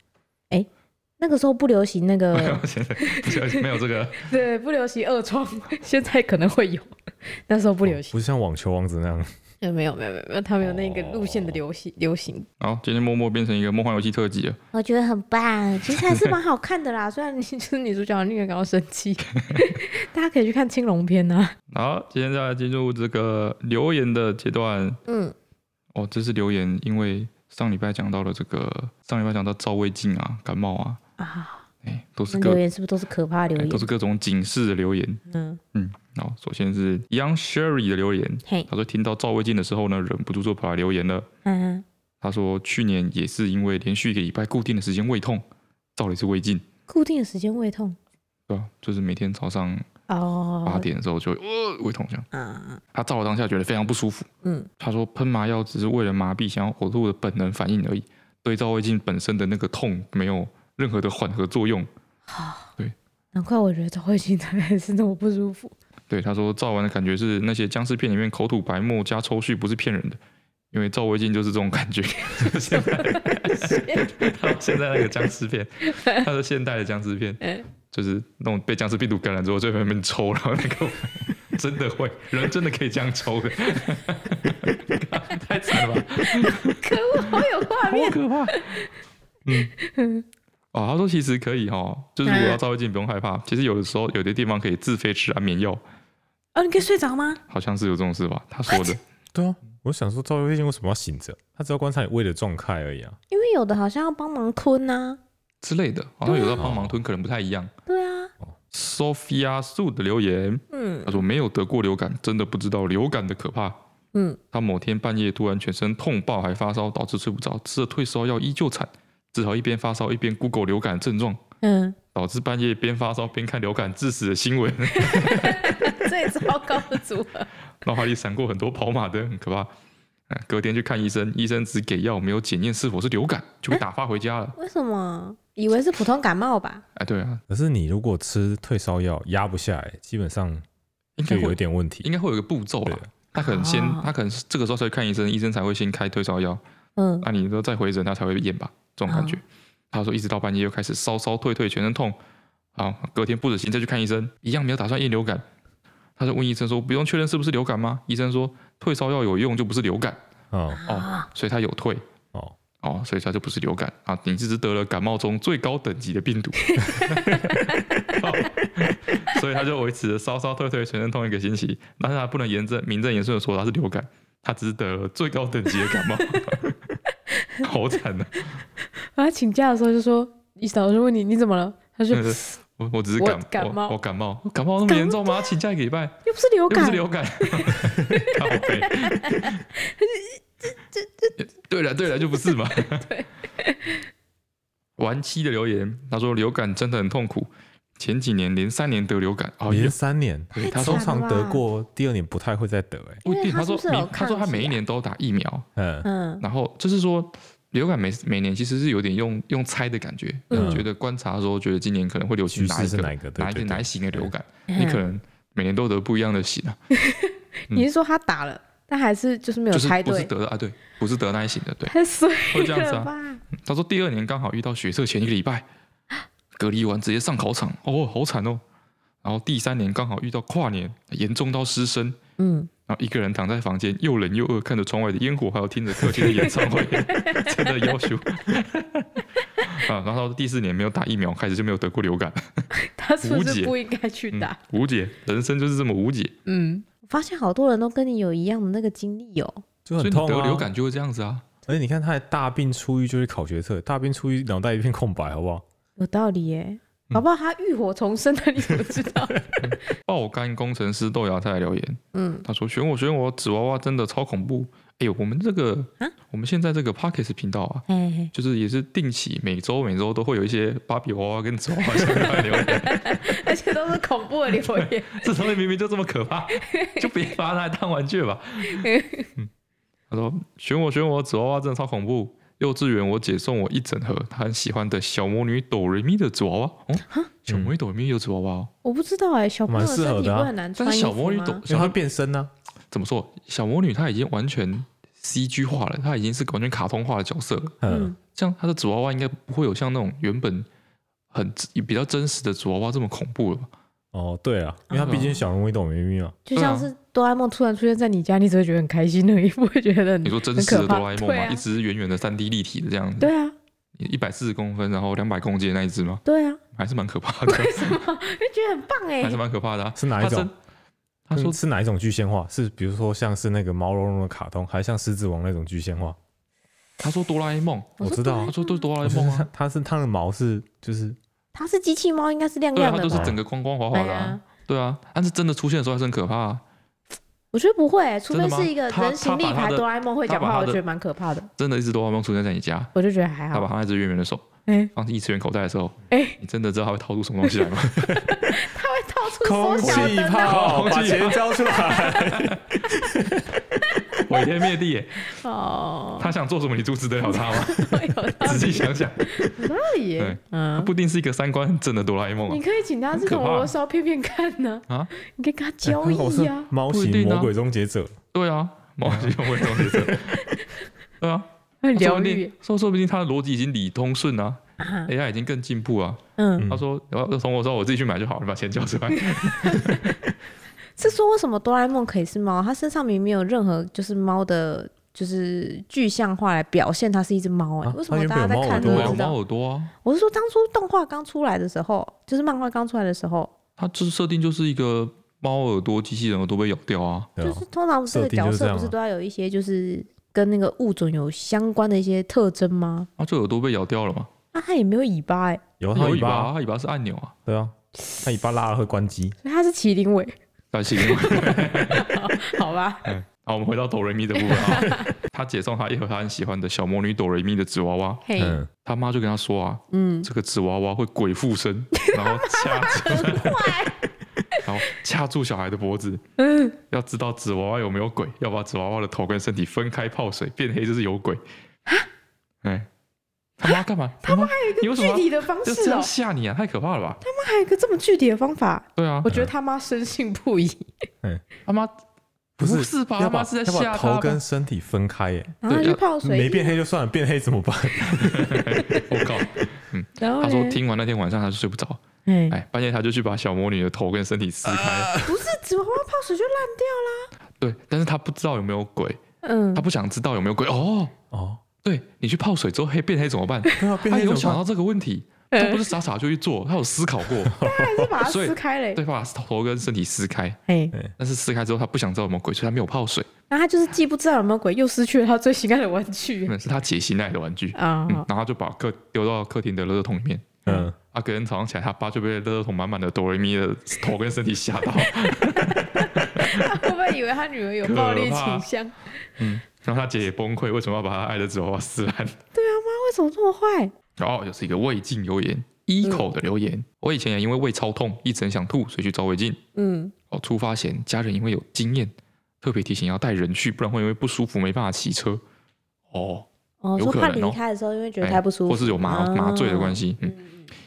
S1: 那个时候不流行那
S2: 没
S1: 个
S2: 有 现在不是没有这个
S1: 对，不流行二创， 现在可能会有， 那时候不流
S3: 哦
S1: 行。
S3: 不是像网球王子那样。
S1: 呃，没有没有没有没有，他没有那个路线的流行、流行，
S2: 好，今天默默变成一个梦幻游戏特辑了。
S1: 哦我觉得很棒，其实还是蛮好看的啦。 虽然你就是女主角的那个感到生 气，大家可以去看青龙篇啊。
S2: 好，接下来进入这个留言的阶段。
S1: 嗯，
S2: 哦，这是留言，因为上礼拜讲到了这个，上礼拜讲到照胃镜啊、感冒啊，
S1: 啊，
S2: 哎，都是
S1: 那
S2: 各、
S1: 留言是不是都是可怕的留
S2: 哎都
S1: 言？
S2: 是各种警示的留言。
S1: 嗯，
S2: 嗯，好，首先是 Young Sherry 的留言，
S1: 嘿，
S2: 他说听到照胃镜的时候呢，忍不住就跑来留言了。
S1: 嗯，
S2: 他说去年也是因为连续一个礼拜固定的时间胃痛，照理是胃镜，
S1: 固定的时间胃痛
S2: 对吧？就是每天早上
S1: 哦，
S2: 八点的时候就、呃胃痛这样。
S1: 啊，
S2: 他照了当下觉得非常不舒服。
S1: 嗯，
S2: 他说喷麻药只是为了麻痹想要呕吐的本能反应而已，对照胃镜本身的那个痛没有任何的缓和作用。
S1: 好，
S2: 对，
S1: 难怪我觉得早会心才还是那么不舒服。
S2: 对，他说照完的感觉是那些僵尸片里面口吐白沫加抽搐不是骗人的，因为照胃镜就是这种感觉。 现在他说现在那个僵尸片，他说现代的僵尸片
S1: 嗯，
S2: 就是那种被僵尸病毒感染之后就被被抽，然后那个 真的会人真的可以这样抽的， 太惨了吧！
S1: 可恶，好有画面，
S2: 可怕。嗯，哦，他说其实可以哈，就是如果要照胃镜不用害怕，其实有的时候有的地方可以自费吃安眠药，
S1: 哦，你可以睡着吗？
S2: 好像是有这种事吧？他说的，
S3: 对啊，我想说赵月镜为什么要醒着？他只要观察你胃的状态而已啊。
S1: 因为有的好像要帮忙吞啊，
S2: 之类的，好像有的帮忙吞可能不太一样。
S1: 对啊，
S2: Sophia Su 的留言，
S1: 嗯
S2: 他说没有得过流感，真的不知道流感的可怕。
S1: 嗯，
S2: 他某天半夜突然全身痛爆，还发烧，导致睡不着，吃了退烧药依旧惨，只好一边发烧一边 Google 流感症状，
S1: 嗯，
S2: 导致半夜边发烧边看流感致死的新闻，
S1: 最糟糕的组合。
S2: 脑海里闪过很多跑马灯，很可怕。嗯隔天去看医生，医生只给药，没有检验是否是流感，就被打发回家了。
S1: 为什么？以为是普通感冒吧？
S2: 哎，对啊，
S3: 可是你如果吃退烧药压不下来，基本上
S2: 应
S3: 就
S2: 该
S3: 有
S2: 会
S3: 一点问
S2: 应
S3: 题。
S2: 该会有一个步骤啦
S3: 对。
S2: 他可能先
S1: 啊，
S2: 他可能是这个时候才去看医生，医生才会先开退烧药。
S1: 嗯，
S2: 那你说再回诊，他才会验吧？这种感觉。他说一直到半夜又开始烧烧退退，全身痛。好，隔天不止行再去看医生，一样没有打算验流感。他就问医生说：“不用确认是不是流感吗？”医生说：“退烧药有用就不是流感
S1: 啊
S3: 哦
S2: 哦，所以他有退
S3: 哦
S2: 哦，所以它就不是流感啊，你这是得了感冒中最高等级的病 毒，哦所以它就维持了烧烧退退、全身痛一个星期，但是它不能严正名正言顺的说它是流感，它只是得了最高等级的 感冒，好惨啊！
S4: 他请假的时候就说，医生，我就问你你怎么了？他说
S2: 真的是我我只是感
S4: 我感冒
S2: 我，我感冒，我感冒那么严重吗？请假一个礼拜，
S4: 又不是流
S2: 又不
S4: 感
S2: 是，流感， 靠背。 对了对了，就 不是嘛。
S4: 对。
S2: 晚期的留言，他说流感真的很痛苦，前几年连三年得流感，哦，也
S3: 连三年，
S2: 对他
S3: 他
S2: 说
S3: 通
S1: 惨了吧
S3: 常得过，第二年不太会再得、欸，
S2: 不一定。
S1: 因为他
S2: 说
S1: 是不是
S2: 每
S1: 有
S2: 他说
S1: 抗
S2: 他
S1: 体
S2: 每一
S1: 啊
S2: 年都打疫苗，
S3: 嗯，
S1: 嗯，
S2: 然后就是说流感每每年其实是有点用用猜的感觉，
S3: 嗯
S2: 觉得观察的时候觉得今年可能会流行
S3: 趋
S2: 哪
S3: 势
S2: 一
S3: 是
S2: 个
S3: 哪一个？对
S2: 哪一
S3: 对
S2: 个
S3: 对
S2: 哪一型的流感，
S1: 嗯
S2: 你可能每年都得不一样的型啊，
S4: 你是说他打了，但还是就是没有
S2: 就是
S4: 猜
S2: 不是
S4: 对，
S2: 得的啊，对，不是得那一型的，对。
S4: 太衰
S2: 会这样子
S4: 了
S2: 啊
S4: 吧？
S2: 他说第二年刚好遇到学测前一个礼拜，隔离完直接上考场，哦，好惨哦。然后第三年刚好遇到跨年，严重到失声，
S1: 嗯，
S2: 然后一个人躺在房间，又冷又饿，看着窗外的烟火，还有听着客厅的演唱会，真的要求啊。然后到第四年没有打疫苗，开始就没有得过流感，
S4: 他是不
S2: 无
S4: 是
S2: 解
S4: 不应该去打？
S2: 无解，人生就是这么无解。
S4: 嗯，
S1: 我发现好多人都跟你有一样的那个经历哦。
S3: 就
S2: 所以
S3: 很
S2: 你
S3: 痛、啊、
S2: 得流感就会这样子啊，
S3: 而且你看他的大病初愈就是考学测，大病初愈脑袋一片空白，好不好？
S1: 有道理耶，
S2: 嗯
S4: 搞不好他浴火重生的，你怎么知 道？
S2: 爆肝工程师豆芽菜留言，
S1: 嗯，
S2: 他说：“选我，选我，纸娃娃真的超恐怖。”哎、我们这个
S1: 啊，
S2: 我们现在这个 Pockets 频道啊，
S1: 嘿嘿，
S2: 就是也是定期每周每周都会有一些芭比娃娃跟纸娃娃相关的留 言，
S4: 而且都是恐怖的留言，
S2: 这东西明明就这么可怕， 就别把它拿来当玩 具吧。嗯，他说选我选我纸娃娃真的超恐怖。幼稚园我姐送我一整盒她很喜欢的小魔女哆瑞咪的纸娃娃，哦，小魔女哆瑞咪有纸娃娃、哦，
S1: 我不知道哎，小朋友
S3: 蛮适合
S1: 身体
S3: 的啊
S1: 会很难穿
S2: 但是
S1: 衣
S2: 小
S1: 服
S2: 魔女
S1: 吗
S2: 哆？
S3: 因
S2: 小
S3: 为
S2: 魔
S3: 他
S2: 女
S3: 变啊身呢、
S2: 怎么说？小魔女她已经完全 CG 化了，她已经是完全卡通化的角色了。
S3: 嗯，
S2: 这样他的纸娃娃应该不会有像那种原本很比较真实的纸娃娃这么恐怖了吧？
S3: 哦，对啊，因为他毕竟小龙女懂咪咪嘛，
S1: 就
S2: 对
S1: 像
S2: 啊
S1: 是哆啦 A 梦突然出现在你家，你只会觉得很开心而已，不会觉得
S2: 你
S1: 很
S2: 说真实的哆啦 A
S4: 很可怕
S2: 梦
S4: 对
S2: 吗？
S4: 啊
S2: 一只圆圆的三 D 立体的这样子，
S1: 对啊，
S2: 一百四十公分，然后两百公斤的那一只吗？
S1: 对啊，
S2: 还是蛮可怕的，
S1: 就觉得很棒哎
S2: 还是，蛮可怕的、啊。
S3: 是 哪一
S2: 他
S3: 种
S2: 真？？他说
S3: 嗯是哪一种具象化？是比如说像是那个毛茸茸的卡通，还是像狮子王那种具象化？
S2: 他说哆啦 A 梦，
S1: 我
S3: 我
S1: 说
S3: 知
S1: 哆啦
S3: 道啊
S2: 他，说都是哆啦
S3: 我
S2: A
S3: 觉
S2: 梦
S3: 得它
S2: 啊，
S3: 它是它的毛是就是
S1: 它是机器猫，应该是亮
S2: 对啊，
S1: 亮
S2: 他
S1: 的
S2: 都是
S1: 吧？
S2: 整个光光滑滑的、
S1: 对
S2: 啊
S1: 啊，
S2: 对啊。但是真的出现的时候还是很可怕、啊，
S1: 我觉得不会，欸除非
S2: 真的吗
S1: 是一个
S2: 他
S1: 人形立
S2: 他把
S1: 牌
S2: 他的
S1: 哆啦 A 梦会讲
S2: 他把
S1: 话，
S2: 他
S1: 我
S2: 的
S1: 觉得蛮可怕的，
S2: 真的一只哆啦 A 梦出现在你家，
S1: 我就觉得还
S2: 他把
S1: 好。
S2: 他那只圆圆的手
S1: 哎，
S2: 放进异次元口袋的时候，
S4: 哎
S2: 你真的知道他会掏出什么东西 来吗？
S1: 他会掏出缩小灯啊，
S2: 空气炮
S3: 交出来。
S2: 毁天灭地耶！
S4: 哦，
S2: 他想做什么，你阻止得了他 吗？
S4: 有道
S2: 仔细想想，
S4: 理 耶
S2: 对。他
S1: 嗯，
S2: 不一定是一个三观很正的哆啦 A 梦
S4: 你
S2: 啊。
S4: 可以请他这
S2: 很可
S4: 种
S2: 怕
S4: 罗烧片片看呢、
S2: 啊
S4: 你可以跟他 交
S3: 我
S4: 易
S3: 哦是
S4: 啊，
S3: 猫
S2: 不一定
S3: 型
S2: 啊
S3: 魔鬼终结者，
S2: 对啊，毛细孔会终结 者。对啊，
S4: 很
S2: 说
S4: 疗
S2: 不
S4: 愈
S2: 定。说说不定他的逻辑已经理通顺啊
S1: 啊
S2: ，AI 已经更进步啊。
S1: 嗯，
S3: 嗯
S2: 他说要要从我说我自己去买就好了，把钱交 出来。
S1: 是说为什么哆啦 A 梦可以是猫？它身上明明没有任何就是猫的，就是具象化来表现它是一只猫哎、
S3: 啊
S1: 为什么
S3: 它原
S1: 大家
S3: 本有
S1: 在
S3: 猫
S1: 看
S3: 耳
S1: 都
S3: 朵
S2: 我
S1: 不
S2: 有
S1: 知
S2: 猫
S1: 道？
S2: 耳朵啊，
S1: 我是说当初动画刚出来的时候，就是漫画刚出来的时候，
S2: 它就是设定就是一个猫耳朵，机器人耳朵被咬掉啊。
S3: 对
S1: 就
S3: 吧
S1: 是？通常这个
S3: 设定
S1: 角
S3: 就是这
S1: 色
S3: 样
S1: 不是
S3: 啊
S1: 都要有一些就是跟那个物种有相关的一些特征吗？
S2: 啊，就耳朵被咬掉了嘛。
S1: 啊，它也没有尾巴哎、
S3: 有它
S2: 有
S3: 尾
S2: 尾巴，
S3: 巴，
S2: 它尾巴是按钮啊。
S3: 对啊，它尾巴拉了会关机。
S4: 所以他是麒麟尾，
S2: 但是因为
S4: 好吧？
S2: 好，我们回到哆瑞咪的部分啊。 他姐送他一盒他很喜欢的小魔女哆瑞咪的纸娃娃，
S4: 嘿、
S3: 嗯，
S2: 他妈就跟他说啊，
S4: 嗯，
S2: 这个纸娃娃会鬼附 身，然后掐住，然后掐住小孩的脖子。
S4: 嗯，
S2: 要知道纸娃娃有没有鬼，要把纸娃娃的头跟身体分开泡水，变黑就是有鬼。
S4: 啊
S2: 哎，他妈干嘛？他妈你为什
S4: 具
S2: 么
S4: 体的方
S2: 就
S4: 式
S2: 这
S4: 哦、
S2: 样吓你啊？太可怕了吧？
S4: 他还有一个这么具体的方法，
S2: 对啊
S4: 我，觉得他妈深信不疑。
S2: 他妈
S3: 不是
S2: 是吧？
S3: 要
S2: 他
S3: 把
S2: 妈是在
S3: 要
S2: 吓
S3: 把
S2: 他
S3: 头
S2: 吧。
S3: 跟身体分开耶，
S1: 然后它
S2: 对
S1: 去泡水，
S3: 呃没变黑就算了，变黑怎么办？
S2: 我 靠！
S4: 然后
S2: 他说
S4: 嘞
S2: 听完那天晚上他就睡不着，
S1: 哎，
S2: 哎，半夜他就去把小魔女的头跟身体撕开。
S1: 不是纸娃娃泡水就烂
S2: 对，但是他不知道有没有鬼，
S1: 掉，嗯
S2: 他，不想知道有没有鬼。哦，
S3: 哦，
S2: 对你去泡水之后黑变黑怎么办？
S3: 对啊，变
S2: 他
S3: 黑
S2: 有
S3: 怎
S2: 想
S3: 么
S2: 到
S3: 办？
S2: 这个问题，他不是傻傻就去做，他有思考过，
S4: 但是把它
S2: 所以
S4: 撕开嘞、
S2: 对，把头跟身体撕开。
S1: 嘿，
S2: 但是撕开之后，他不想知道有没有鬼，所以他没有泡水，
S4: 那他就是既不知道有没有鬼，又失去了他最心爱的玩具
S2: 那是他姐心爱的玩具。
S1: 啊、
S2: 嗯，然后他就把客丢到客厅的垃圾桶里面。
S3: 嗯，
S2: 啊，隔天早上起来，他爸就被垃圾桶满满的哆瑞咪的头跟身体吓到，
S4: 他会不会以为他女儿有暴力倾 向？为
S2: 嗯，然后他姐也崩溃，为什么要把他爱的纸娃娃撕烂？
S4: 什么这么坏？
S2: 然后又是一个胃镜留言，一口的留言。我以前也因为胃超痛，一直很想吐，所以去照胃镜。
S4: 嗯，
S2: 哦，出发前家人因为有经验，特别提醒要带人去，不然会因为不舒服没办法骑车。哦，
S1: 哦，
S2: 有
S1: 说
S2: 可
S1: 怕
S2: 能
S1: 离
S2: 哦
S1: 开的时候，因为觉得
S2: 哎
S1: 太不舒服，啊
S2: 或是有麻麻醉的关
S1: 系。
S2: 系。嗯，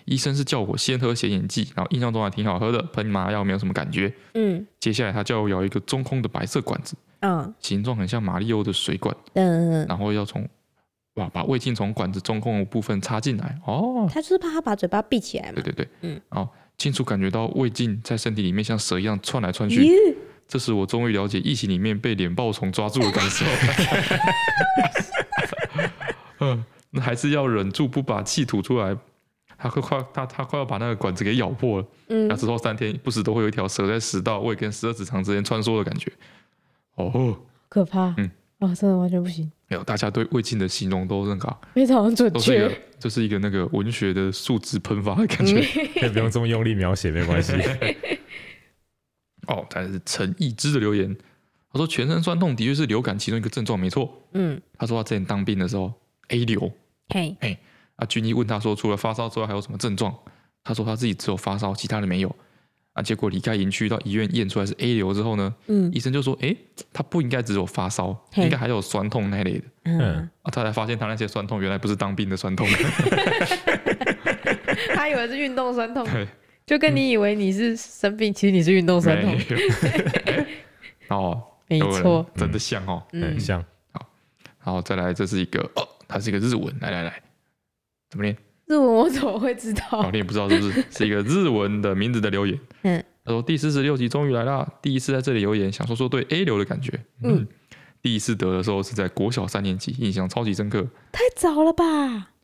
S2: 医生是叫我先喝显影剂，然后印象中还挺好喝的，喷麻药没有什么感觉。
S1: 嗯
S2: 接下来他叫我摇一个中空的白色管子，
S1: 嗯
S2: 形状很像马里欧的水管，
S1: 嗯，嗯
S2: 然后要从哇把胃镜从管子中空的部分插进来。哦，
S1: 他就是怕他把嘴巴闭起来嘛
S2: 对。对对，
S1: 嗯，
S2: 哦，清楚感觉到胃镜在身体里面像蛇一样窜来窜去。
S1: 咦，
S2: 这时我终于了解疫情里面被脸爆虫抓住的感 受。嗯，那还是要忍住不把气吐出来。他快快他他快要把那个管子给咬破了。
S1: 嗯
S2: 那之后三天不时都会有一条蛇在食道、胃跟十二指肠之间穿梭的感觉。哦，
S4: 可怕。
S2: 嗯
S4: 啊，真的完全不行，
S2: 没有，大家对胃镜的形容都那个啊，
S4: 非常准
S2: 都是一个
S4: 确。
S2: 就是一个那个文学的数值喷发的
S1: 嗯
S2: 感觉。
S3: 可以不用这么用力描写，没 关系。
S2: 哦，但是陈义之的留言，他说全身酸痛的确是流感其中一个症状，没错。
S1: 嗯，
S2: 他说他之前当兵的时候 A 流，
S1: 嘿，
S2: 啊，军医问他说除了发烧之外还有什么症状？他说他自己只有发烧，其他的没有。啊，结果离开营区到医院验出来是 A 流之后呢，
S1: 嗯
S2: 医生就说，诶，他不应该只有发烧，
S1: 嘿
S2: 应该还有酸痛那一类的。
S1: 嗯，
S2: 啊，他才发现他那些酸痛原来不是当兵的 酸痛，
S4: 他以为是运动酸痛，
S2: 对，
S4: 就跟你以为你是生病，其实你是运动酸 痛
S2: 没，有。 哦，
S4: 没
S2: 有人
S4: 错。
S2: 真的像哦。
S4: 嗯
S3: 很，像
S2: 然后再来，这是一个哦，它是一个日文，来来来，怎么念？
S4: 日文我怎么会知
S2: 哦，
S4: 道？
S2: 你也不知道是 不是？是一个日文的名字的留言。
S1: 嗯，
S2: 他说第四十六集终于来啦，第一次在这里留言，想说说对 A 流的感觉。
S1: 嗯，
S2: 第一次得的时候是在国小三年级，印象超级深刻。
S1: 太
S4: 哎
S1: 早了吧？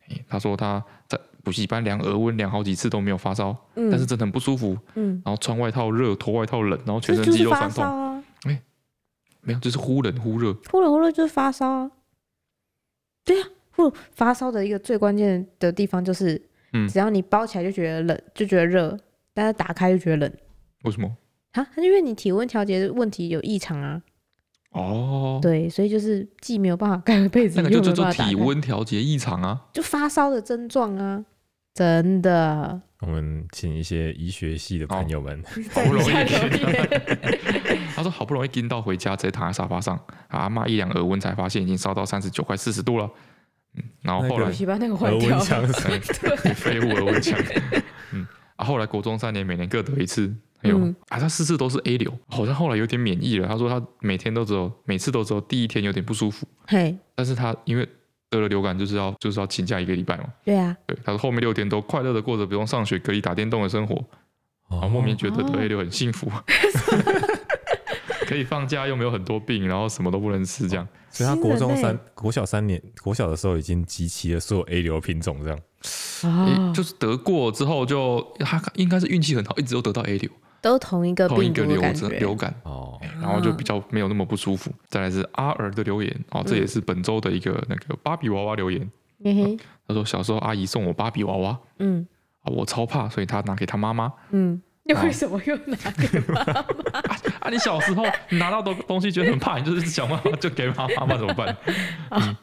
S2: 诶他说他在补习班量额温量好几次都没有发烧，
S1: 嗯，
S2: 但是真的很不舒服，
S1: 嗯，
S2: 然后穿外套热，脱外套冷，然后全
S1: 这就
S2: 身肌
S1: 是
S2: 肉
S1: 发
S2: 酸
S1: 烧
S2: 痛，
S1: 啊，
S2: 没有，就是忽冷忽热。
S1: 忽冷忽热就是发烧啊。对啊，忽冷发烧的一个最关键的地方就是，
S2: 嗯
S1: 只要你包起来就觉得冷，就觉得热，但是打开就觉得冷
S2: 为什么？
S1: 啊，它因为你体温调节的问题有异常啊。
S2: 哦，
S1: 对，所以就是既没有办法盖被子，
S2: 那个就
S1: 又没
S2: 叫
S1: 有
S2: 做
S1: 办法打
S2: 体
S1: 开，
S2: 温调节异常啊。
S1: 就发烧的症状啊，真的。
S3: 我们请一些医学系的朋友们，
S2: 好不容易
S4: 在下留言
S2: 他说好不容易盯到回家，直接躺在沙发上，啊阿妈一量额温才发现已经烧到三十九快四十度了。嗯，然后后来
S3: 那个
S4: 补习班那个换
S3: 额
S4: 掉
S3: 温
S4: 了，
S3: 枪 是
S2: 对废物额温枪，嗯，啊后来国中三年每年各得一次，还有、
S1: 嗯
S2: 啊他四次都是 A 流，好像后来有点免疫了。他说他每天都只有每次都只有第一天有点不舒服，
S1: 嘿，
S2: 但是他因为得了流感就是要就是要请假一个礼拜嘛。
S1: 对啊，
S2: 对，他说后面六天都快乐的过着不用上学、可以打电动的生活，然后哦莫名觉
S1: 哦
S2: 得得 A 流很 幸福，可以放假又没有很多病，然后什么都不能吃，这样
S3: 哦所以他国中
S1: 新人
S3: 三
S2: 欸
S1: 类、
S3: 国小三年、国小的时候已经集齐了所有 A 流品种，这样
S1: 哦
S4: 啊
S2: 诶就是得过之后就他应该是运气很好，一直都得到 A 流，
S1: 都同一个
S2: 同一
S1: 病
S2: 个
S1: 毒的
S2: 流
S1: 感
S2: 子
S1: 觉，啊
S2: 流感，
S3: 哦，
S2: 诶然后就比较没有那么不舒服。再来是阿尔的留言哦，这也是
S1: 嗯
S2: 本周的一个那个芭比娃娃留言，
S1: 嘿嘿，
S2: 他说小时候阿姨送我芭比娃娃。
S1: 嗯
S2: 啊我超怕，所以他拿给他妈妈
S1: 嗯，
S4: 又为什么又拿给妈妈？
S2: 啊！你小 时候你拿到东东西觉得很怕，你就是想妈妈就给妈妈，妈妈怎么 办？
S4: 啊
S2: 嗯，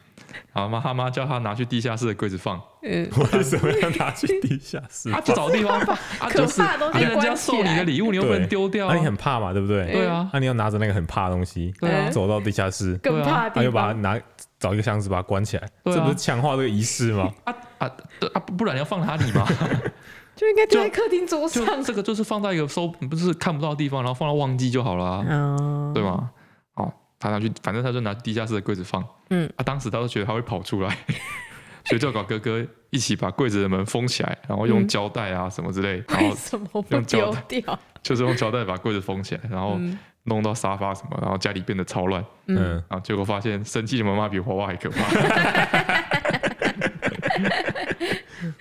S2: 然后妈他妈叫他拿去地下室的柜子放，
S4: 嗯，
S3: 为什么要拿去地下 室？
S2: 啊，就找地 方放，啊，
S4: 可
S2: 就是
S4: 怕的东西
S2: 啊人家
S4: 关起
S2: 送你的
S4: 来
S2: 礼物，你又不能丢掉啊
S3: 那、，你很怕嘛，对不对？
S2: 对啊，
S3: 那、你要拿着那个很怕的东西，
S2: 对啊
S4: 嗯，
S3: 走到地下室，
S4: 更怕
S3: 他、
S4: 的
S3: 又
S4: 地
S3: 把
S4: 方
S3: 它拿找一个箱子把它关起来，
S2: 对啊
S3: 这不是强化这个仪式吗？
S2: 啊啊对啊，不不然要放哪里 嘛？
S4: 就应该丢在客厅桌上。
S2: 就这个就是放在一个收不是看不到的地方，然后放到忘记就好了啊，
S1: 哦，
S2: 对？吗？哦，他拿去，反正他就拿地下室的柜子放，
S1: 嗯，
S2: 啊，当时他就觉得他会跑出来， 所以就搞哥哥一起把柜子的门封起来，然后用
S1: 嗯
S2: 胶带啊什么之类，然
S4: 为
S2: 后
S4: 什么不
S2: 用胶
S4: 丢
S2: 带
S4: 掉？
S2: 就是用胶带把柜子封起来，然后
S4: 嗯
S2: 弄到沙发什么，然后家里变得超乱，
S1: 嗯，
S3: 嗯，
S2: 然后结果发现生气的妈妈比娃娃还可怕。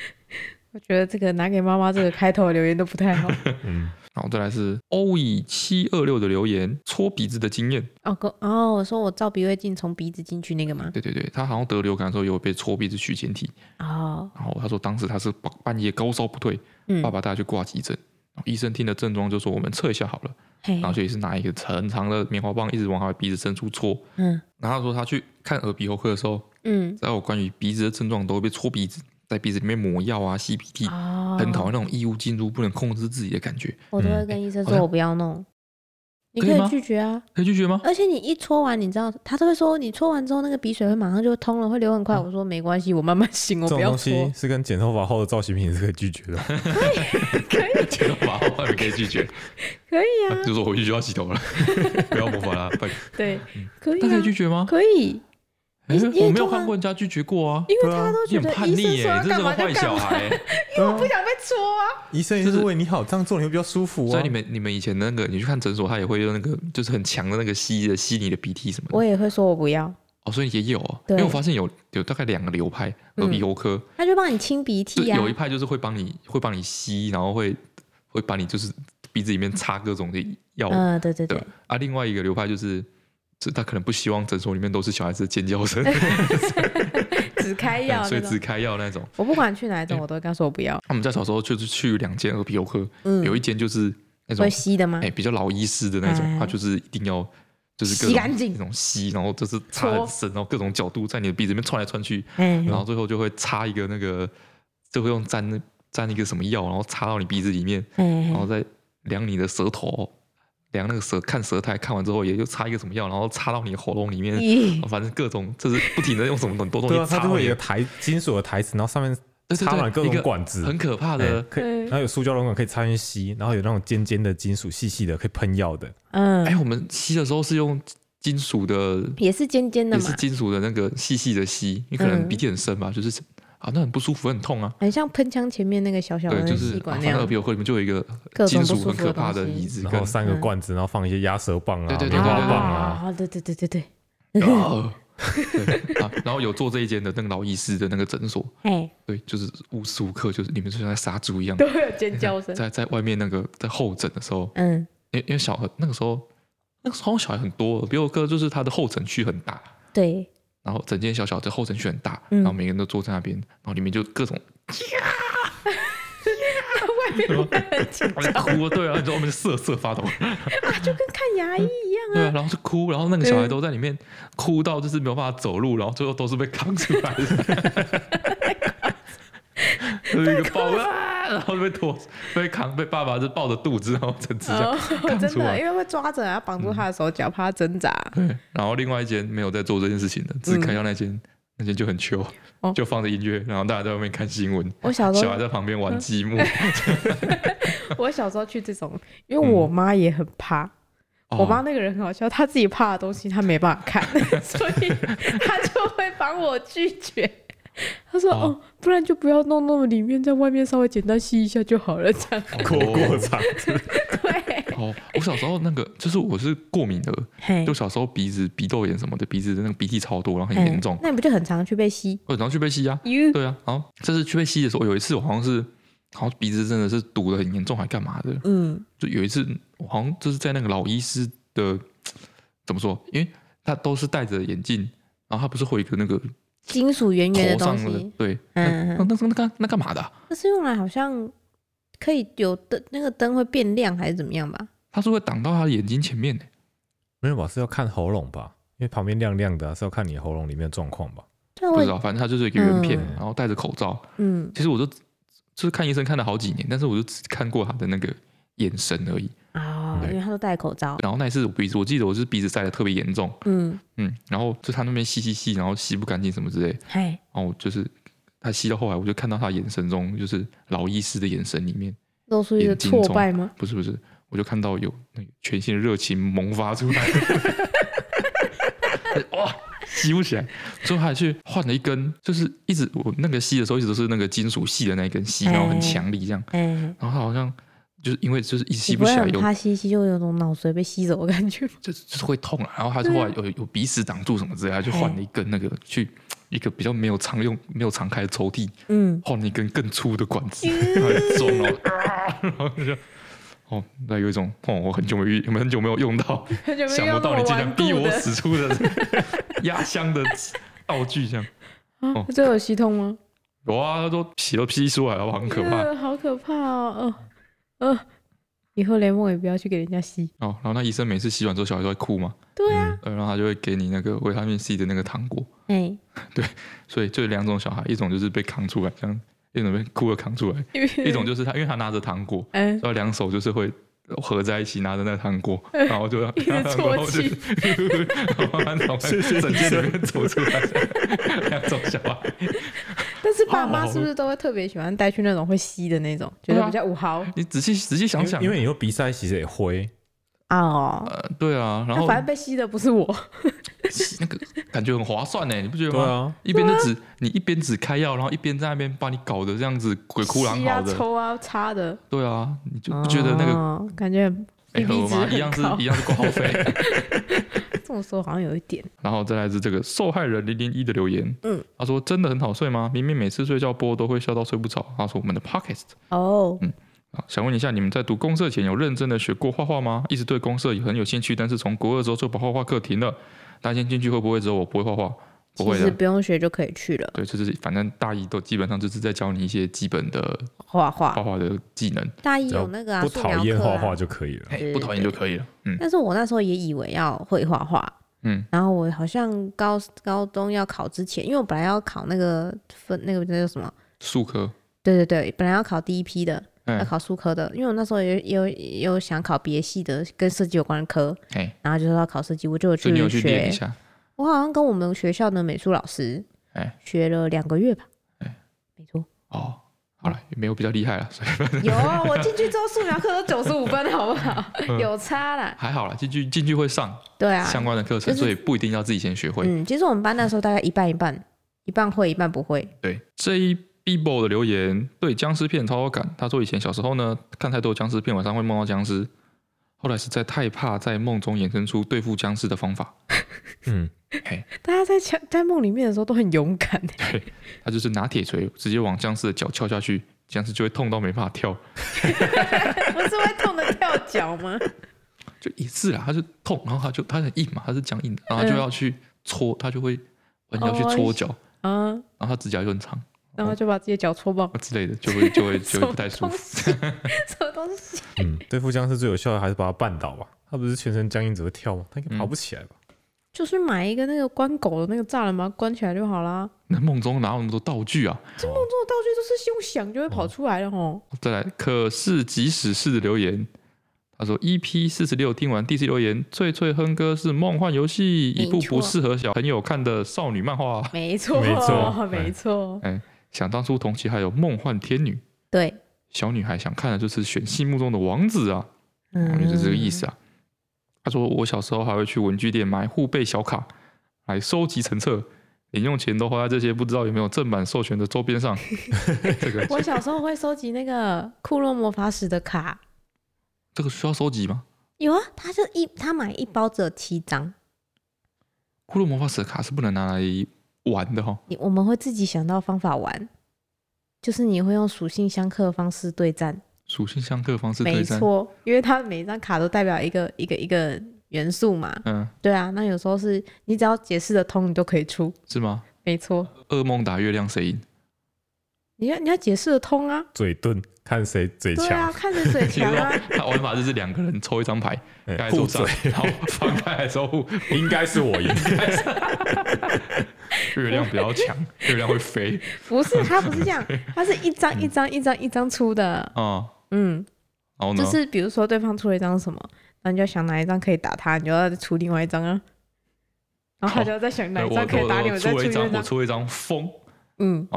S1: 我觉得这个拿给妈妈这个开头的留言都不太 好。
S3: 嗯，
S2: 然后再来是欧以七二六的留言，搓鼻子的经验。
S1: 哦，跟哦，我说我照鼻胃镜从鼻子进去那个吗？
S2: 对对对，他好像得流感的时候也有被搓鼻子取前体，
S1: 哦，
S2: 然后他说当时他是半半夜高烧不退，
S1: 嗯，
S2: 爸爸带他去挂急诊，然后医生听了症状就说我们测一下好了，
S1: 嘿
S2: 然，后就也是拿一个很长的棉花棒一直往他的鼻子深处搓。
S1: 嗯
S2: 然后他说他去看耳鼻喉科的时候，
S1: 嗯，
S2: 在我关于鼻子的症状都会被搓鼻子，在鼻子里面抹药啊、吸鼻涕，
S1: 哦，
S2: 很讨厌那种异物进入不能控制自己的感觉。
S1: 我都会
S3: 嗯
S1: 跟医生
S2: 好
S1: 说
S2: 像
S1: 我不要弄，你
S2: 可
S1: 可
S2: 以
S1: 以
S2: 吗
S1: 拒绝啊。
S2: 可以拒 绝吗？
S1: 而且你一搓完，你知道他都会说你搓完之后那个鼻水会马上就通了，会流很
S2: 嗯
S1: 快。我说没关系，我慢慢醒，我不
S3: 这种
S1: 要
S3: 东西
S1: 搓。
S3: 是跟剪头发后的造型品是可以拒绝的。
S2: 剪头发我也可以 拒绝，
S1: 可以啊，
S2: 就说我必须要洗头了，不要模仿他。拜
S1: 对，可以
S2: 那可
S1: 啊
S2: 以，拒绝吗？
S1: 可以，
S2: 哎
S1: 你你
S2: 我没有
S1: 通常
S2: 看过人家拒绝过啊。
S1: 因为
S3: 对啊
S1: 他都
S2: 你
S1: 觉
S2: 很
S1: 得
S2: 叛
S1: 医
S2: 逆
S1: 生
S2: 耶、
S1: 说要
S2: 这是
S1: 干
S2: 个
S1: 嘛就
S2: 坏
S1: 干
S2: 小
S1: 嘛，
S2: 孩、 欸。
S3: 因为
S1: 不想被搓啊。
S3: 医生也
S2: 就是是
S3: 为你好，这样做你会比较舒服
S2: 所
S3: 啊
S2: 以你。们你们以前那个，你去看诊所，他也会用那个就是很强的那个吸的吸你的鼻涕什么的。
S1: 我也会说我不要，
S2: 哦，所以也有哦，因
S1: 对
S2: 为我发现有有大概两个流派，耳鼻喉科，
S1: 他就帮你清鼻
S2: 就
S1: 涕啊
S2: 有。一派就是会帮你会帮你吸，然后会会把你就是鼻子里面插各种的药的、
S1: 嗯，对对对，
S2: 啊。另外一个流派就是，是他可能不希望诊所里面都是小孩子的尖 叫声，
S1: 只开药那
S2: 所以只嗯
S1: 种。
S2: 开药那种。
S1: 我不管去哪一种，我都会跟他说我不要。
S2: 他们在小时候就是去两间耳鼻喉科，
S1: 嗯，
S2: 有一间就是那种
S1: 会吸的吗
S2: 哎、？比较老医师的那种，
S1: 哎
S2: 他就是一定要就是各
S1: 吸
S2: 种
S1: 干净
S2: 那种吸，然后就是插很
S1: 搓
S2: 深，然后各种角度在你的鼻子里面窜来窜去，
S1: 哎
S2: 然后最后就会插一个那个，就会用沾那沾一个什么药，然后插到你鼻子里面，
S1: 哎
S2: 然后再量你的舌头，量那个舌看舌苔，看完之后也就插一个什么药，然后插到你的喉咙里面，
S1: 咦
S2: 反正各种就是不停的用什么很多东
S3: 对啊，
S2: 西
S3: 它
S2: 插
S3: 就
S2: 到
S3: 会
S2: 你
S3: 有一个
S2: 的，
S3: 台金属的台子，然后上面
S2: 对对对
S3: 插满各
S2: 一
S3: 种
S2: 个
S3: 管子，
S2: 很可怕
S3: 哎
S2: 的。
S3: 可以，
S1: 嗯
S3: 然后有塑胶软管可以插进去吸，然后有那种尖尖的金属细细的可以喷药的，
S2: 哎，
S1: 嗯，
S2: 我们吸的时候是用金属的
S1: 也是尖尖的
S2: 也
S1: 嘛
S2: 是，金属的那个细细的吸，你可
S1: 嗯
S2: 能鼻涕很深吧，就是啊，那很不舒服，很痛啊。
S1: 很像喷枪前面那个小小
S2: 对，
S1: 的
S2: 就是
S1: 吸
S2: 啊
S1: 管
S2: 反
S1: 那
S2: 正耳
S1: 样，
S2: 鼻喉科里面就有一个
S1: 各种
S2: 金
S1: 不
S2: 属
S1: 舒
S2: 很
S1: 服的
S2: 可怕
S1: 东
S2: 的椅
S1: 西。
S2: 子
S3: 然
S2: 跟
S3: 后三个罐子，然后放一些压舌棒啊、
S2: 对对对
S3: 棉花棒啊，
S4: 哦
S1: 啊，对对对对对，
S2: 啊 对啊，然后有做这一间的那个老医师的那个诊所，
S1: 哎，
S2: 对，就是无时无刻就是你们就像在杀猪一样，
S1: 会有尖叫声。
S2: 在在外面那个在候诊的时候，
S1: 嗯，
S2: 因为因为小孩那个时候那个时候好像小孩很多，耳鼻喉科就是他的候诊区很大，
S1: 对，
S2: 然后整间小小的候诊区很大，
S1: 嗯
S2: 然后每个人都坐在那边，然后里面就 各种
S1: 很 紧
S2: 我在哭啊，对啊，你知道我们瑟瑟发抖，
S1: 跟看牙医一样
S2: 对啊，然后是哭，然后那个小孩都在里面哭到就是没有办法走路，然后最后都是被扛出来的， 就是一个抱啊，然后就被拖被扛被爸爸就抱着肚子，然后整只这样
S1: 哦，
S2: 扛
S1: 真
S2: 出
S1: 的，
S2: 来。
S1: 因为会抓着啊，绑住他的手脚，怕他挣 扎。
S2: 对，然后另外一间没有在做这件事情的，只开到那间。那间就很秋
S1: 嗯哦，
S2: 就放着音乐，然后大家在外面看新闻，
S1: 我小时
S2: 小
S1: 候嗯
S2: 孩，在旁边玩积木。
S1: 我小时候去这种，因为我妈也很怕。 我妈
S2: 哦
S1: 那个人很好笑，她自己怕的东西她没办法看， 所以她就会帮我拒绝。她说：“
S2: 哦
S1: 哦，不然就不要弄那么里面，在外面稍微简单吸一下就 好了。”这样
S3: 过过场，
S1: 对，
S2: 哦，我小时候那个就是我是过敏的，
S1: 嘿
S2: 就小时候鼻子鼻窦炎什么的，鼻子的那个鼻涕超多，然后
S1: 哎
S2: 很严重，
S1: 那你不就很常去被吸？
S2: 哦然后去被吸啊，
S1: 哟，
S2: 对啊，然后这次去被吸的时候，有一次我好像是，好像鼻子真的是堵得很严重，还干嘛的？
S1: 嗯，
S2: 就有一次我好像就是在那个老医师的怎么说？因为他都是戴着眼镜，然后他不是会有一个那个
S1: 金属圆圆的
S2: 头
S1: 东
S2: 上的
S1: 西，
S2: 对，
S1: 嗯
S2: 那那那干那干嘛的啊、
S1: 那是用来好像可以有灯，那个灯会变亮还是怎么样吧？
S2: 他是会挡到他的眼睛前面的。
S1: 哦
S3: 没有吧？是要看喉咙吧？因为旁边亮亮的啊、是要看你喉咙里面的状况吧？
S1: 但
S2: 不
S1: 我
S2: 知道，反正他就是一个圆片，
S1: 嗯
S2: 然后戴着口罩。
S1: 嗯
S2: 其实我就就是看医生看了好几年，但是我就只看过他的那个眼神而已。
S1: 啊、
S3: 对
S1: 因为他都戴口罩，
S2: 然后那一次我鼻子，我记得我是鼻子塞得特别严重，
S1: 嗯，
S2: 嗯，然后就他那边吸吸吸，然后吸不干净什么之类，
S1: 嘿，
S2: 然后就是他吸到后来，我就看到他眼神中就是老医师的眼神里面，
S1: 露出一个
S2: 眼睛
S1: 挫
S2: 中
S1: 败吗？
S2: 不是不是，我就看到有那个全新的热情萌发出来， 哇，吸不起来，最后还去换了一根，就是一直我那个吸的时候一直都是那个金属细的那一根吸，然后很强力这样，
S1: 哎，
S2: 然后他好像就是因为就是一吸
S1: 你不
S2: 起
S1: 会
S2: 来
S1: 很
S2: 有
S1: 怕吸一吸就有种脑髓被吸走的感觉吗？
S2: 就是就是会痛啊，然后他就后来有有鼻屎挡住什么之类，他就换了一根那个去一个比较没有常用、没有常开的抽屉，
S1: 嗯，
S2: 换了一根更粗的管子，然后就中了， 然后就说哦，那有一种哦，我很久没遇，很久没有用到，
S4: 很久没
S2: 想
S4: 有
S2: 不到你竟然逼我
S4: 的，
S2: 使出的 压箱的道具这样，哦
S4: 这有吸痛吗？
S2: 有啊，他都血都劈出来了，哇很可怕
S1: 嗯
S4: 呃好可怕哦！呃呃，以后雷梦也不要去给人家吸。
S2: 哦。然后那医生每次洗碗之后，小孩都会哭嘛，
S4: 对啊，
S2: 呃然后他就会给你那个维他命 C 的那个糖果，
S1: 哎，
S2: 所以就有两种小孩，一种就是被扛出来这样，一种被哭着扛出来，
S4: 因为
S2: 一种就是他，因为他拿着糖果，
S4: 嗯，
S2: 然后两手就是会合在一起拿着那个糖果，然后就
S4: 一直啜泣，
S2: 然后就然后慢慢从整间里面走出来，两种小孩，
S4: 但是爸妈是不是都会特别喜欢带去那种会吸的那种，觉得比较五豪
S2: 你仔细仔细想想，
S3: 因为因为你又鼻塞，其实也灰，
S4: 哦？
S2: 呃对啊，然
S4: 那
S2: 后
S4: 反正被吸的不是我，
S2: 那个感觉很划算呢，你不觉得
S3: 对
S2: 吗？
S3: 啊，
S2: 一边就只你一边只开药，然后一边在那边把你搞得这样子鬼哭狼
S4: 吸啊
S2: 嚎的，
S4: 抽啊插的，
S2: 对啊，你就不觉得那个
S1: 哦
S4: 个感觉很
S2: 哎
S4: CP
S2: 合
S4: 值
S2: 吗？
S4: 很
S2: 一样是
S4: 高
S2: 一样是挂号费。
S4: 这么说好像有一点
S2: 然后再来自这个受害人零零一的留言，
S1: 嗯，
S2: 他说真的很好睡吗？明明每次睡觉播都会笑到睡不着。他说我们的 podcast
S1: 哦，
S2: 啊，想问一下，你们在读公社前有认真的学过画画吗？一直对公社也很有兴趣，但是从国二之后就把画画课停了。担心进去会不会只有我不会画画？
S1: 其
S2: 不会
S1: 实
S2: 的，
S1: 不用学就可以去了，
S2: 对，就是反正大一都基本上就是在教你一些基本的
S1: 画
S2: 画
S1: 画。
S2: 画的技能，
S1: 大一
S3: 只要
S1: 有那个啊，
S3: 不
S1: 素
S3: 讨
S1: 描
S3: 厌
S1: 课
S3: 画
S1: 啊
S3: 画就可以了。
S2: 嘿，不讨厌就可以了。嗯
S1: 但是我那时候也以为要会画画，
S2: 嗯，
S1: 然后我好像高高中要考之前，因为我本来要考那个分那个那叫什么？
S2: 数科，
S1: 对对对，本来要考第一批的，
S2: 嗯
S1: 要，考数科的，因为我那时候也也有也有想考别系的跟设计有关的科，
S2: 嘿，
S1: 然后就说要考设计，我就有
S2: 所以你有去练
S1: 学
S2: 一，下，
S1: 我好像跟我们学校的美术老师
S2: 哎
S1: 学了两个月吧
S2: 哎，
S1: 没错，
S2: 哦，好了，也没有比较厉害了，所以
S4: 有啊。我进去之后素描课都九十五分，好不 好？
S2: 嗯
S4: 有差啦。
S2: 还好啦，进去进去会上，
S1: 对啊，
S2: 相关的课程，
S1: 就是
S2: 所以不一定要自己先学会。
S1: 嗯，其实我们班那时候大概一半一半，一半会一半不会，
S2: 对这一 Bibo 的留言，对僵尸片超有感。他说以前小时候呢，看太多僵尸片，晚上会梦到僵尸，后来实在太怕，在梦中衍生出对付僵尸的方法。
S3: 嗯，
S4: 大家在墙在梦里面的时候都很勇 敢欸，
S2: 他就是拿铁锤直接往僵尸的脚敲下去，僵尸就会痛到没办法跳，
S4: 不是会痛的跳脚吗？
S2: 就一次啊啦，他就痛，然后他就他很硬嘛，他是僵硬的，然后
S4: 嗯
S2: 他就要去戳，他就会呃要
S4: 哦
S2: 去搓脚，
S4: 啊，
S2: 然后他指甲又很长啊
S4: 然后就把自己的脚戳爆，
S2: 之类的，就会就会就
S4: 什
S2: 会
S4: 么
S2: 不太舒
S4: 东
S2: 服。
S4: 西？什么东西？
S3: 嗯，对付僵尸最有效的还是把他绊倒吧。他不是全身僵硬只会跳吗？他应该爬不起来吧？
S4: 就是买一个那个关狗的那个栅栏，把它关起来就好啦。
S2: 那梦中哪有那么多道具啊？
S4: 这梦
S3: 哦
S4: 中的道具都是用想就会跑出来的吼。
S2: 再来，可是即使是的留言，他说 EP 四十六听完第四留言，脆脆哼歌是梦幻游戏，
S1: 没
S2: 一部
S1: 错
S2: 不适合小朋友看的少女漫画。
S4: 没错，
S3: 没错
S4: 没错。
S2: 想当初同期还有梦幻天女，
S1: 对，
S2: 小女孩想看的就是选心目中的王子啊，我
S1: 嗯，
S2: 觉得这个意思啊。他说我小时候还会去文具店买护贝小卡来收集成册，零用钱都花在这些不知道有没有正版授权的周边 上。这个
S4: 我小时候会收集那个库洛魔法使的卡，
S2: 这个需要收集吗？
S1: 有啊，他就一他买一包只有七张，
S2: 骷髅魔法使的卡是不能拿来玩的哈、哦。
S1: 你我们会自己想到方法玩，就是你会用属性相克的方式对战，
S2: 属性相克的方式对
S1: 没
S2: 战。
S1: 错，因为它每一张卡都代表一个一个一个元素嘛，
S2: 嗯，
S1: 对啊，那有时候是你只要解释得通，你都可以出，
S2: 是吗？
S1: 没错，
S2: 噩梦打月亮 谁赢？
S1: 你要你要解释得通啊，
S3: 嘴钝，看谁嘴
S1: 对啊，
S3: 强。
S1: 看着嘴
S2: 其
S1: 强
S2: 实
S1: 啊，
S2: 他玩法就是两个人抽一 张牌，
S3: 嗯
S2: 盖
S3: 互
S2: 住
S3: 嘴
S2: 上，然后翻开来之后，
S3: 应该是 我赢。
S2: 月亮比较强， 月亮会飞
S1: 不是他不是这样，他是一张一张一张一张出的，
S2: 啊、
S1: 嗯，
S2: 然后呢？
S1: 就是比如说对方出了一张什么，那你就想哪一张可以打他，你就要出另外一张啊。然后他就要再想哪
S2: 对
S1: 一
S2: 我
S1: 张可以打你，
S2: 我
S1: 再出
S2: 出了一
S1: 另外一
S2: 张，啊我
S1: 张。
S2: 出了一张风，
S1: 嗯，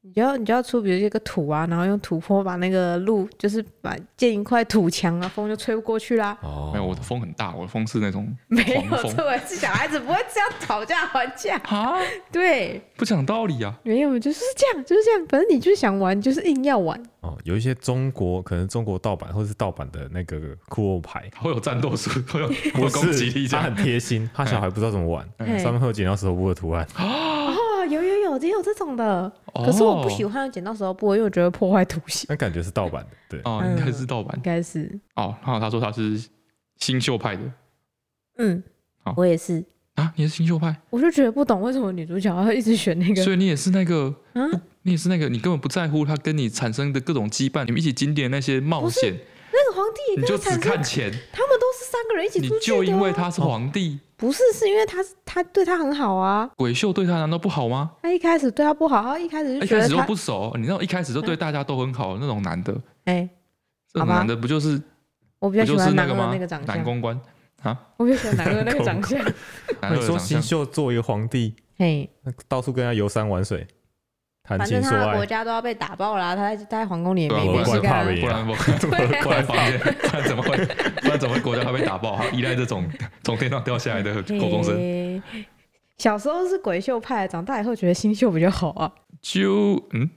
S1: 你就要你就要出，比如一个土啊，然后用土坡把那个路，就是把建一块土墙啊，风就吹不过去啦。
S3: 哦，
S2: 没有，我的风很大，我的风是那种
S1: 没有
S2: 狂，
S1: 这
S2: 风
S1: 我是小孩子不会这样讨价还价。
S2: 啊，
S1: 对，
S2: 不讲道理啊！
S1: 没有，就是这样，就是这样。反正你就是想玩，你就是硬要玩。
S3: 哦，有一些中国可能中国盗版或是盗版的那个酷欧 牌，
S2: 会有战斗 术，会有会
S3: 不
S2: 有攻击
S3: 是
S2: 力这
S3: 他
S2: 样嗯
S3: 很。贴心，他小孩不知道怎么玩，
S1: 嘿
S3: 上面会有剪刀石头布的图案。
S1: 哦，有有有，也有这种的。
S2: 哦
S1: 可是我不喜欢用剪刀石头布，因为我觉得破坏图形。
S3: 那感觉是盗版的，对，
S2: 哦，
S1: 嗯
S2: 应该是盗版
S1: 应该是，
S2: 哦。然后他说他是新秀派的
S1: 嗯
S2: 好，
S1: 我也是。
S2: 啊，你是新秀派，
S1: 我就觉得不懂为什么女主角要一直选那个
S2: 所以你也是那个，
S1: 啊，
S2: 你也是那个，你根本不在乎他跟你产生的各种羁绊，你们一起经历的那些冒险，
S1: 那个皇帝
S2: 你
S1: 跟
S2: 就
S1: 他产
S2: 只看
S1: 生，
S2: 钱，
S1: 他们都是三个人一起
S2: 你
S1: 出去的啊、哦
S2: 就因为他是皇帝，
S1: 不是，是因为他他对他很好啊。
S2: 鬼秀对他难道不好吗？
S1: 他一开始对他不好，他一开始
S2: 一
S1: 就觉
S2: 开
S1: 得
S2: 始都
S1: 他
S2: 不熟，你知道一开始就对大家都很好那种男的，
S1: 哎、
S2: 这
S1: 好
S2: 种
S1: 吧
S2: 男的不就是
S1: 我比较
S2: 不
S1: 喜
S2: 就是
S1: 欢
S2: 那
S1: 男
S2: 个
S1: 二
S2: 吗？
S1: 那个长
S2: 男
S1: 相，
S2: 公 关，
S1: 我比较喜欢男二那个长相。
S2: 男
S3: 那
S2: 二
S3: 你
S2: 的
S3: 说
S2: 长
S3: 新
S2: 相，
S3: 秀作为一个皇帝，
S1: 嘿，
S3: 那到处跟他游山玩水，谈
S1: 反
S3: 情
S1: 正
S3: 说
S1: 他的
S3: 爱
S1: 国，家都要被打爆啦，他在他在皇宫里也
S2: 对啊
S1: 没
S2: 我
S1: 没
S2: 也
S1: 事
S2: 是
S1: 干
S3: 怕被
S1: 啊。
S2: 不然不然
S1: 对
S2: 不然房间，不然怎么会不然怎么会国家会被打爆？他依赖这种从天上掉下来的狗公生，
S1: 嘿小时候是鬼秀派，长大以后觉得新秀比较好啊。
S2: 就嗯。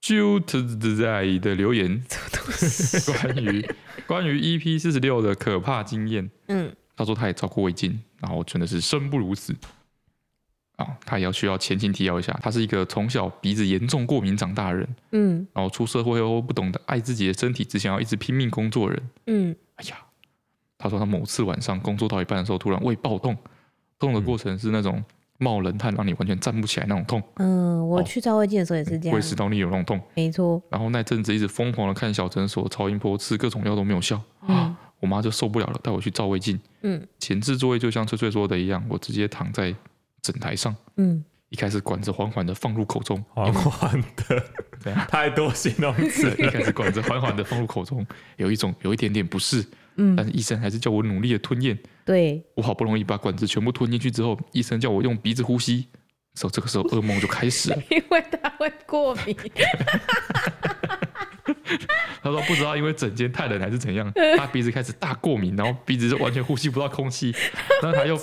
S2: 就自在的留言，
S1: 什么东西？
S2: 关于关于 EP 四十六的可怕经验，
S1: 嗯，
S2: 他说他也遭过胃镜，然后真的是生不如死啊！他也要需要前情提要一下，他是一个从小鼻子严重过敏长大的人，
S1: 嗯
S2: 然后出社会后不懂得爱自己的身体，只想要一直拼命工作的人。
S1: 嗯
S2: 哎呀，他说他某次晚上工作到一半的时候，突然胃爆痛，痛的过程是那种冒冷汗，让你完全站不起来那种痛，
S1: 嗯，我
S2: 哦
S1: 去照胃镜的时候也是这
S2: 胃
S1: 样，
S2: 食道逆流那种痛。
S1: 没错。
S2: 然后那阵子一直疯狂的看小诊所、超音波，吃各种药都没有效，
S1: 嗯
S2: 我妈就受不了了，带我去照胃镜。
S1: 嗯
S2: 前置作业就像翠翠说的一样，我直接躺在枕台上，
S1: 嗯，
S2: 一开始管子缓缓的放入口中，
S3: 缓缓的
S2: 怎样，
S3: 太多形容词
S2: 一开始管子缓缓的放入口中，有一种有一点点不适，
S1: 嗯
S2: 但是医生还是叫我努力的吞咽。
S1: 对，
S2: 我好不容易把管子全部吞进去之后，医生叫我用鼻子呼吸。时候，这个时候噩梦就开始了。
S4: 因为他会过 敏，
S2: 他说不知道因为整间太冷还是怎样，他鼻子开始大过敏，然后鼻子就完全呼吸不到空气，然后他又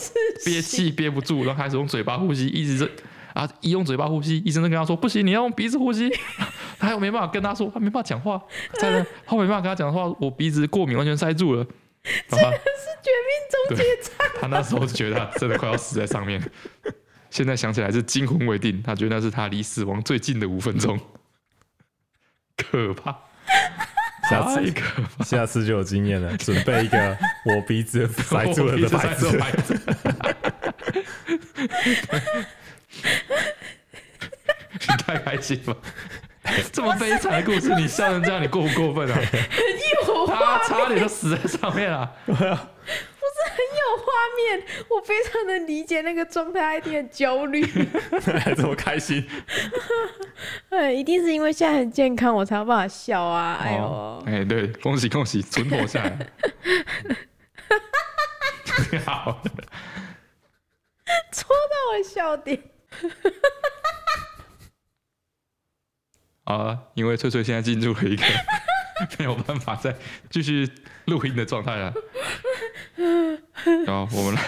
S2: 憋气憋不住，然后开始用嘴巴呼吸，一直是啊一用嘴巴呼吸，医生就跟他说不行，你要用鼻子呼吸， 他又没办法跟他说，他没办法讲话，再呢他没办法跟他讲话，我鼻子过敏完全塞住了，这个是绝命终结啊战。他那时候就觉得他真的快要死在上面，现在想起来是惊魂未定，他觉得那是他离死亡最近的五分钟， 可怕。
S3: 下次
S2: 太可怕。
S3: 下次就有经验了，准备一个我鼻子塞住 了的牌子
S2: 白住了你太开心了， 这么悲惨的故事，你笑成这样，你过不过分啊？
S4: 有
S2: 他
S4: 画
S2: 差点就死在上面啊 了。
S4: 有画面，我非常能理解那个状态，他一定很焦虑。
S3: 还这么开心，
S4: 哎，一定是因为现在很健康，我才有办法笑啊！哎呦
S2: 哦，哎，对，恭喜恭喜，存活下来。 好，
S4: 戳到我笑点。
S2: 好了，啊因为翠翠现在进入了 一个没有办法再继续录音的状态了。然后我们来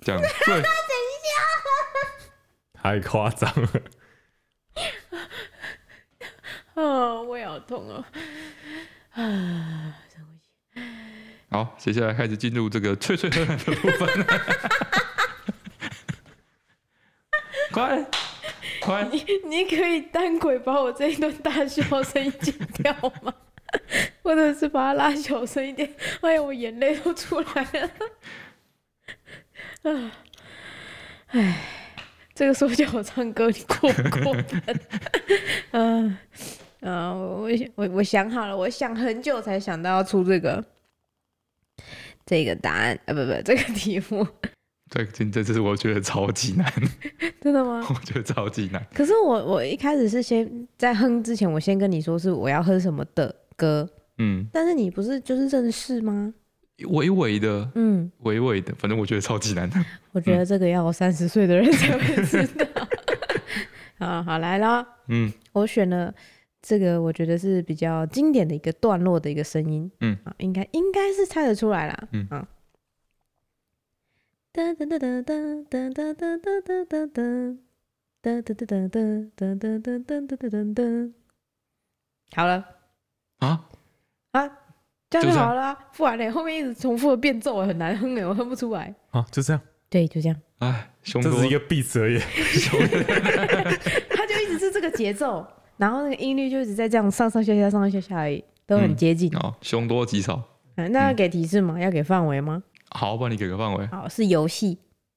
S2: 讲最
S3: 太夸张了。
S4: 啊，胃好痛哦！
S2: 好，接下来开始进入这个脆脆狠狠的部 分。快快，
S4: 你可以单轨把我这一段大笑声剪掉吗？ 或者是把它拉小声一点？哎呀，我眼泪都出来 了。啊，哎，这个时候叫我唱歌，你过不过分？嗯、啊，我我我想好了，我想很久才想到要出这个这个答案，呃，不不，这个题目，
S2: 这这这是我觉得超级难，
S4: 真的吗？
S2: 我觉得超级难。
S1: 可是我我一开始是先在哼之前，我先跟你说是我要哼什么的歌，
S2: 嗯，
S1: 但是你不是就是认识吗？
S2: 微微的，
S1: 嗯，
S2: 微微的，反正我觉得超级难。
S1: 我觉得这个要三十岁的人才会知道。
S4: 啊，好来了，
S2: 嗯，
S4: 我选了这个，我觉得是比较经典的一个段落的一个声音，
S2: 嗯
S4: 啊，应该应该是猜得出来啦，
S2: 嗯
S4: 啊，哒哒哒哒哒哒哒哒哒哒哒哒哒哒哒哒哒哒哒哒哒哒哒哒，好了。
S2: 啊，
S4: 啊，这
S2: 就
S4: 样就
S2: 这样
S4: 好了啊、不然嘞，后面一直重复的变奏，我很难哼哎，我哼不出来。
S3: 啊，就这样，
S4: 对，就这样，
S2: 哎，凶
S3: 这
S2: 多
S3: 只是一个 beat 而已。
S4: 它就一直是这个节奏， 然后那个音律就一直在这样上上下下、上上下下而已，都很
S2: 嗯
S4: 接近。
S2: 哦，凶多吉少。
S4: 嗯那要给提示吗？要给范围吗？
S2: 好，帮你给个范围。
S4: 好，是游戏，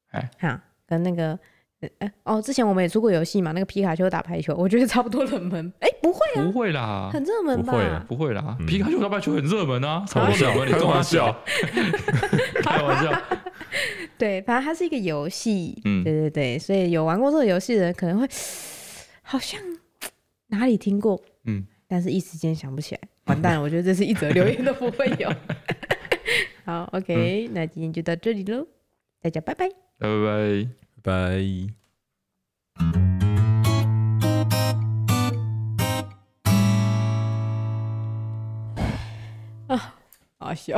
S2: 哎
S4: 哈，跟那个。呃呃哦，之前我们也出过游戏嘛，那个皮卡丘打排球，我觉得差不多冷门，哎、不会啊
S2: 不，会啦，
S4: 很热门吧？
S3: 不会啊
S2: 哦不会啦，
S3: 嗯
S2: 皮卡丘打排球很热门啊，超
S3: 好
S2: 热门，你
S3: 开
S2: 干嘛
S3: 玩
S2: 笑？
S3: 笑，
S2: 开玩笑，
S4: 对，反正它是一个游戏，
S2: 嗯
S4: 对对对，所以有玩过这个游戏的人可能会好像哪里听过，
S2: 嗯，
S4: 但是一时间想不起来，完蛋了，我觉得这是一则留言都不会有。 好，OK，、那今天就到这里喽，大家拜拜。
S2: 拜拜拜。
S3: 拜。
S4: 好笑。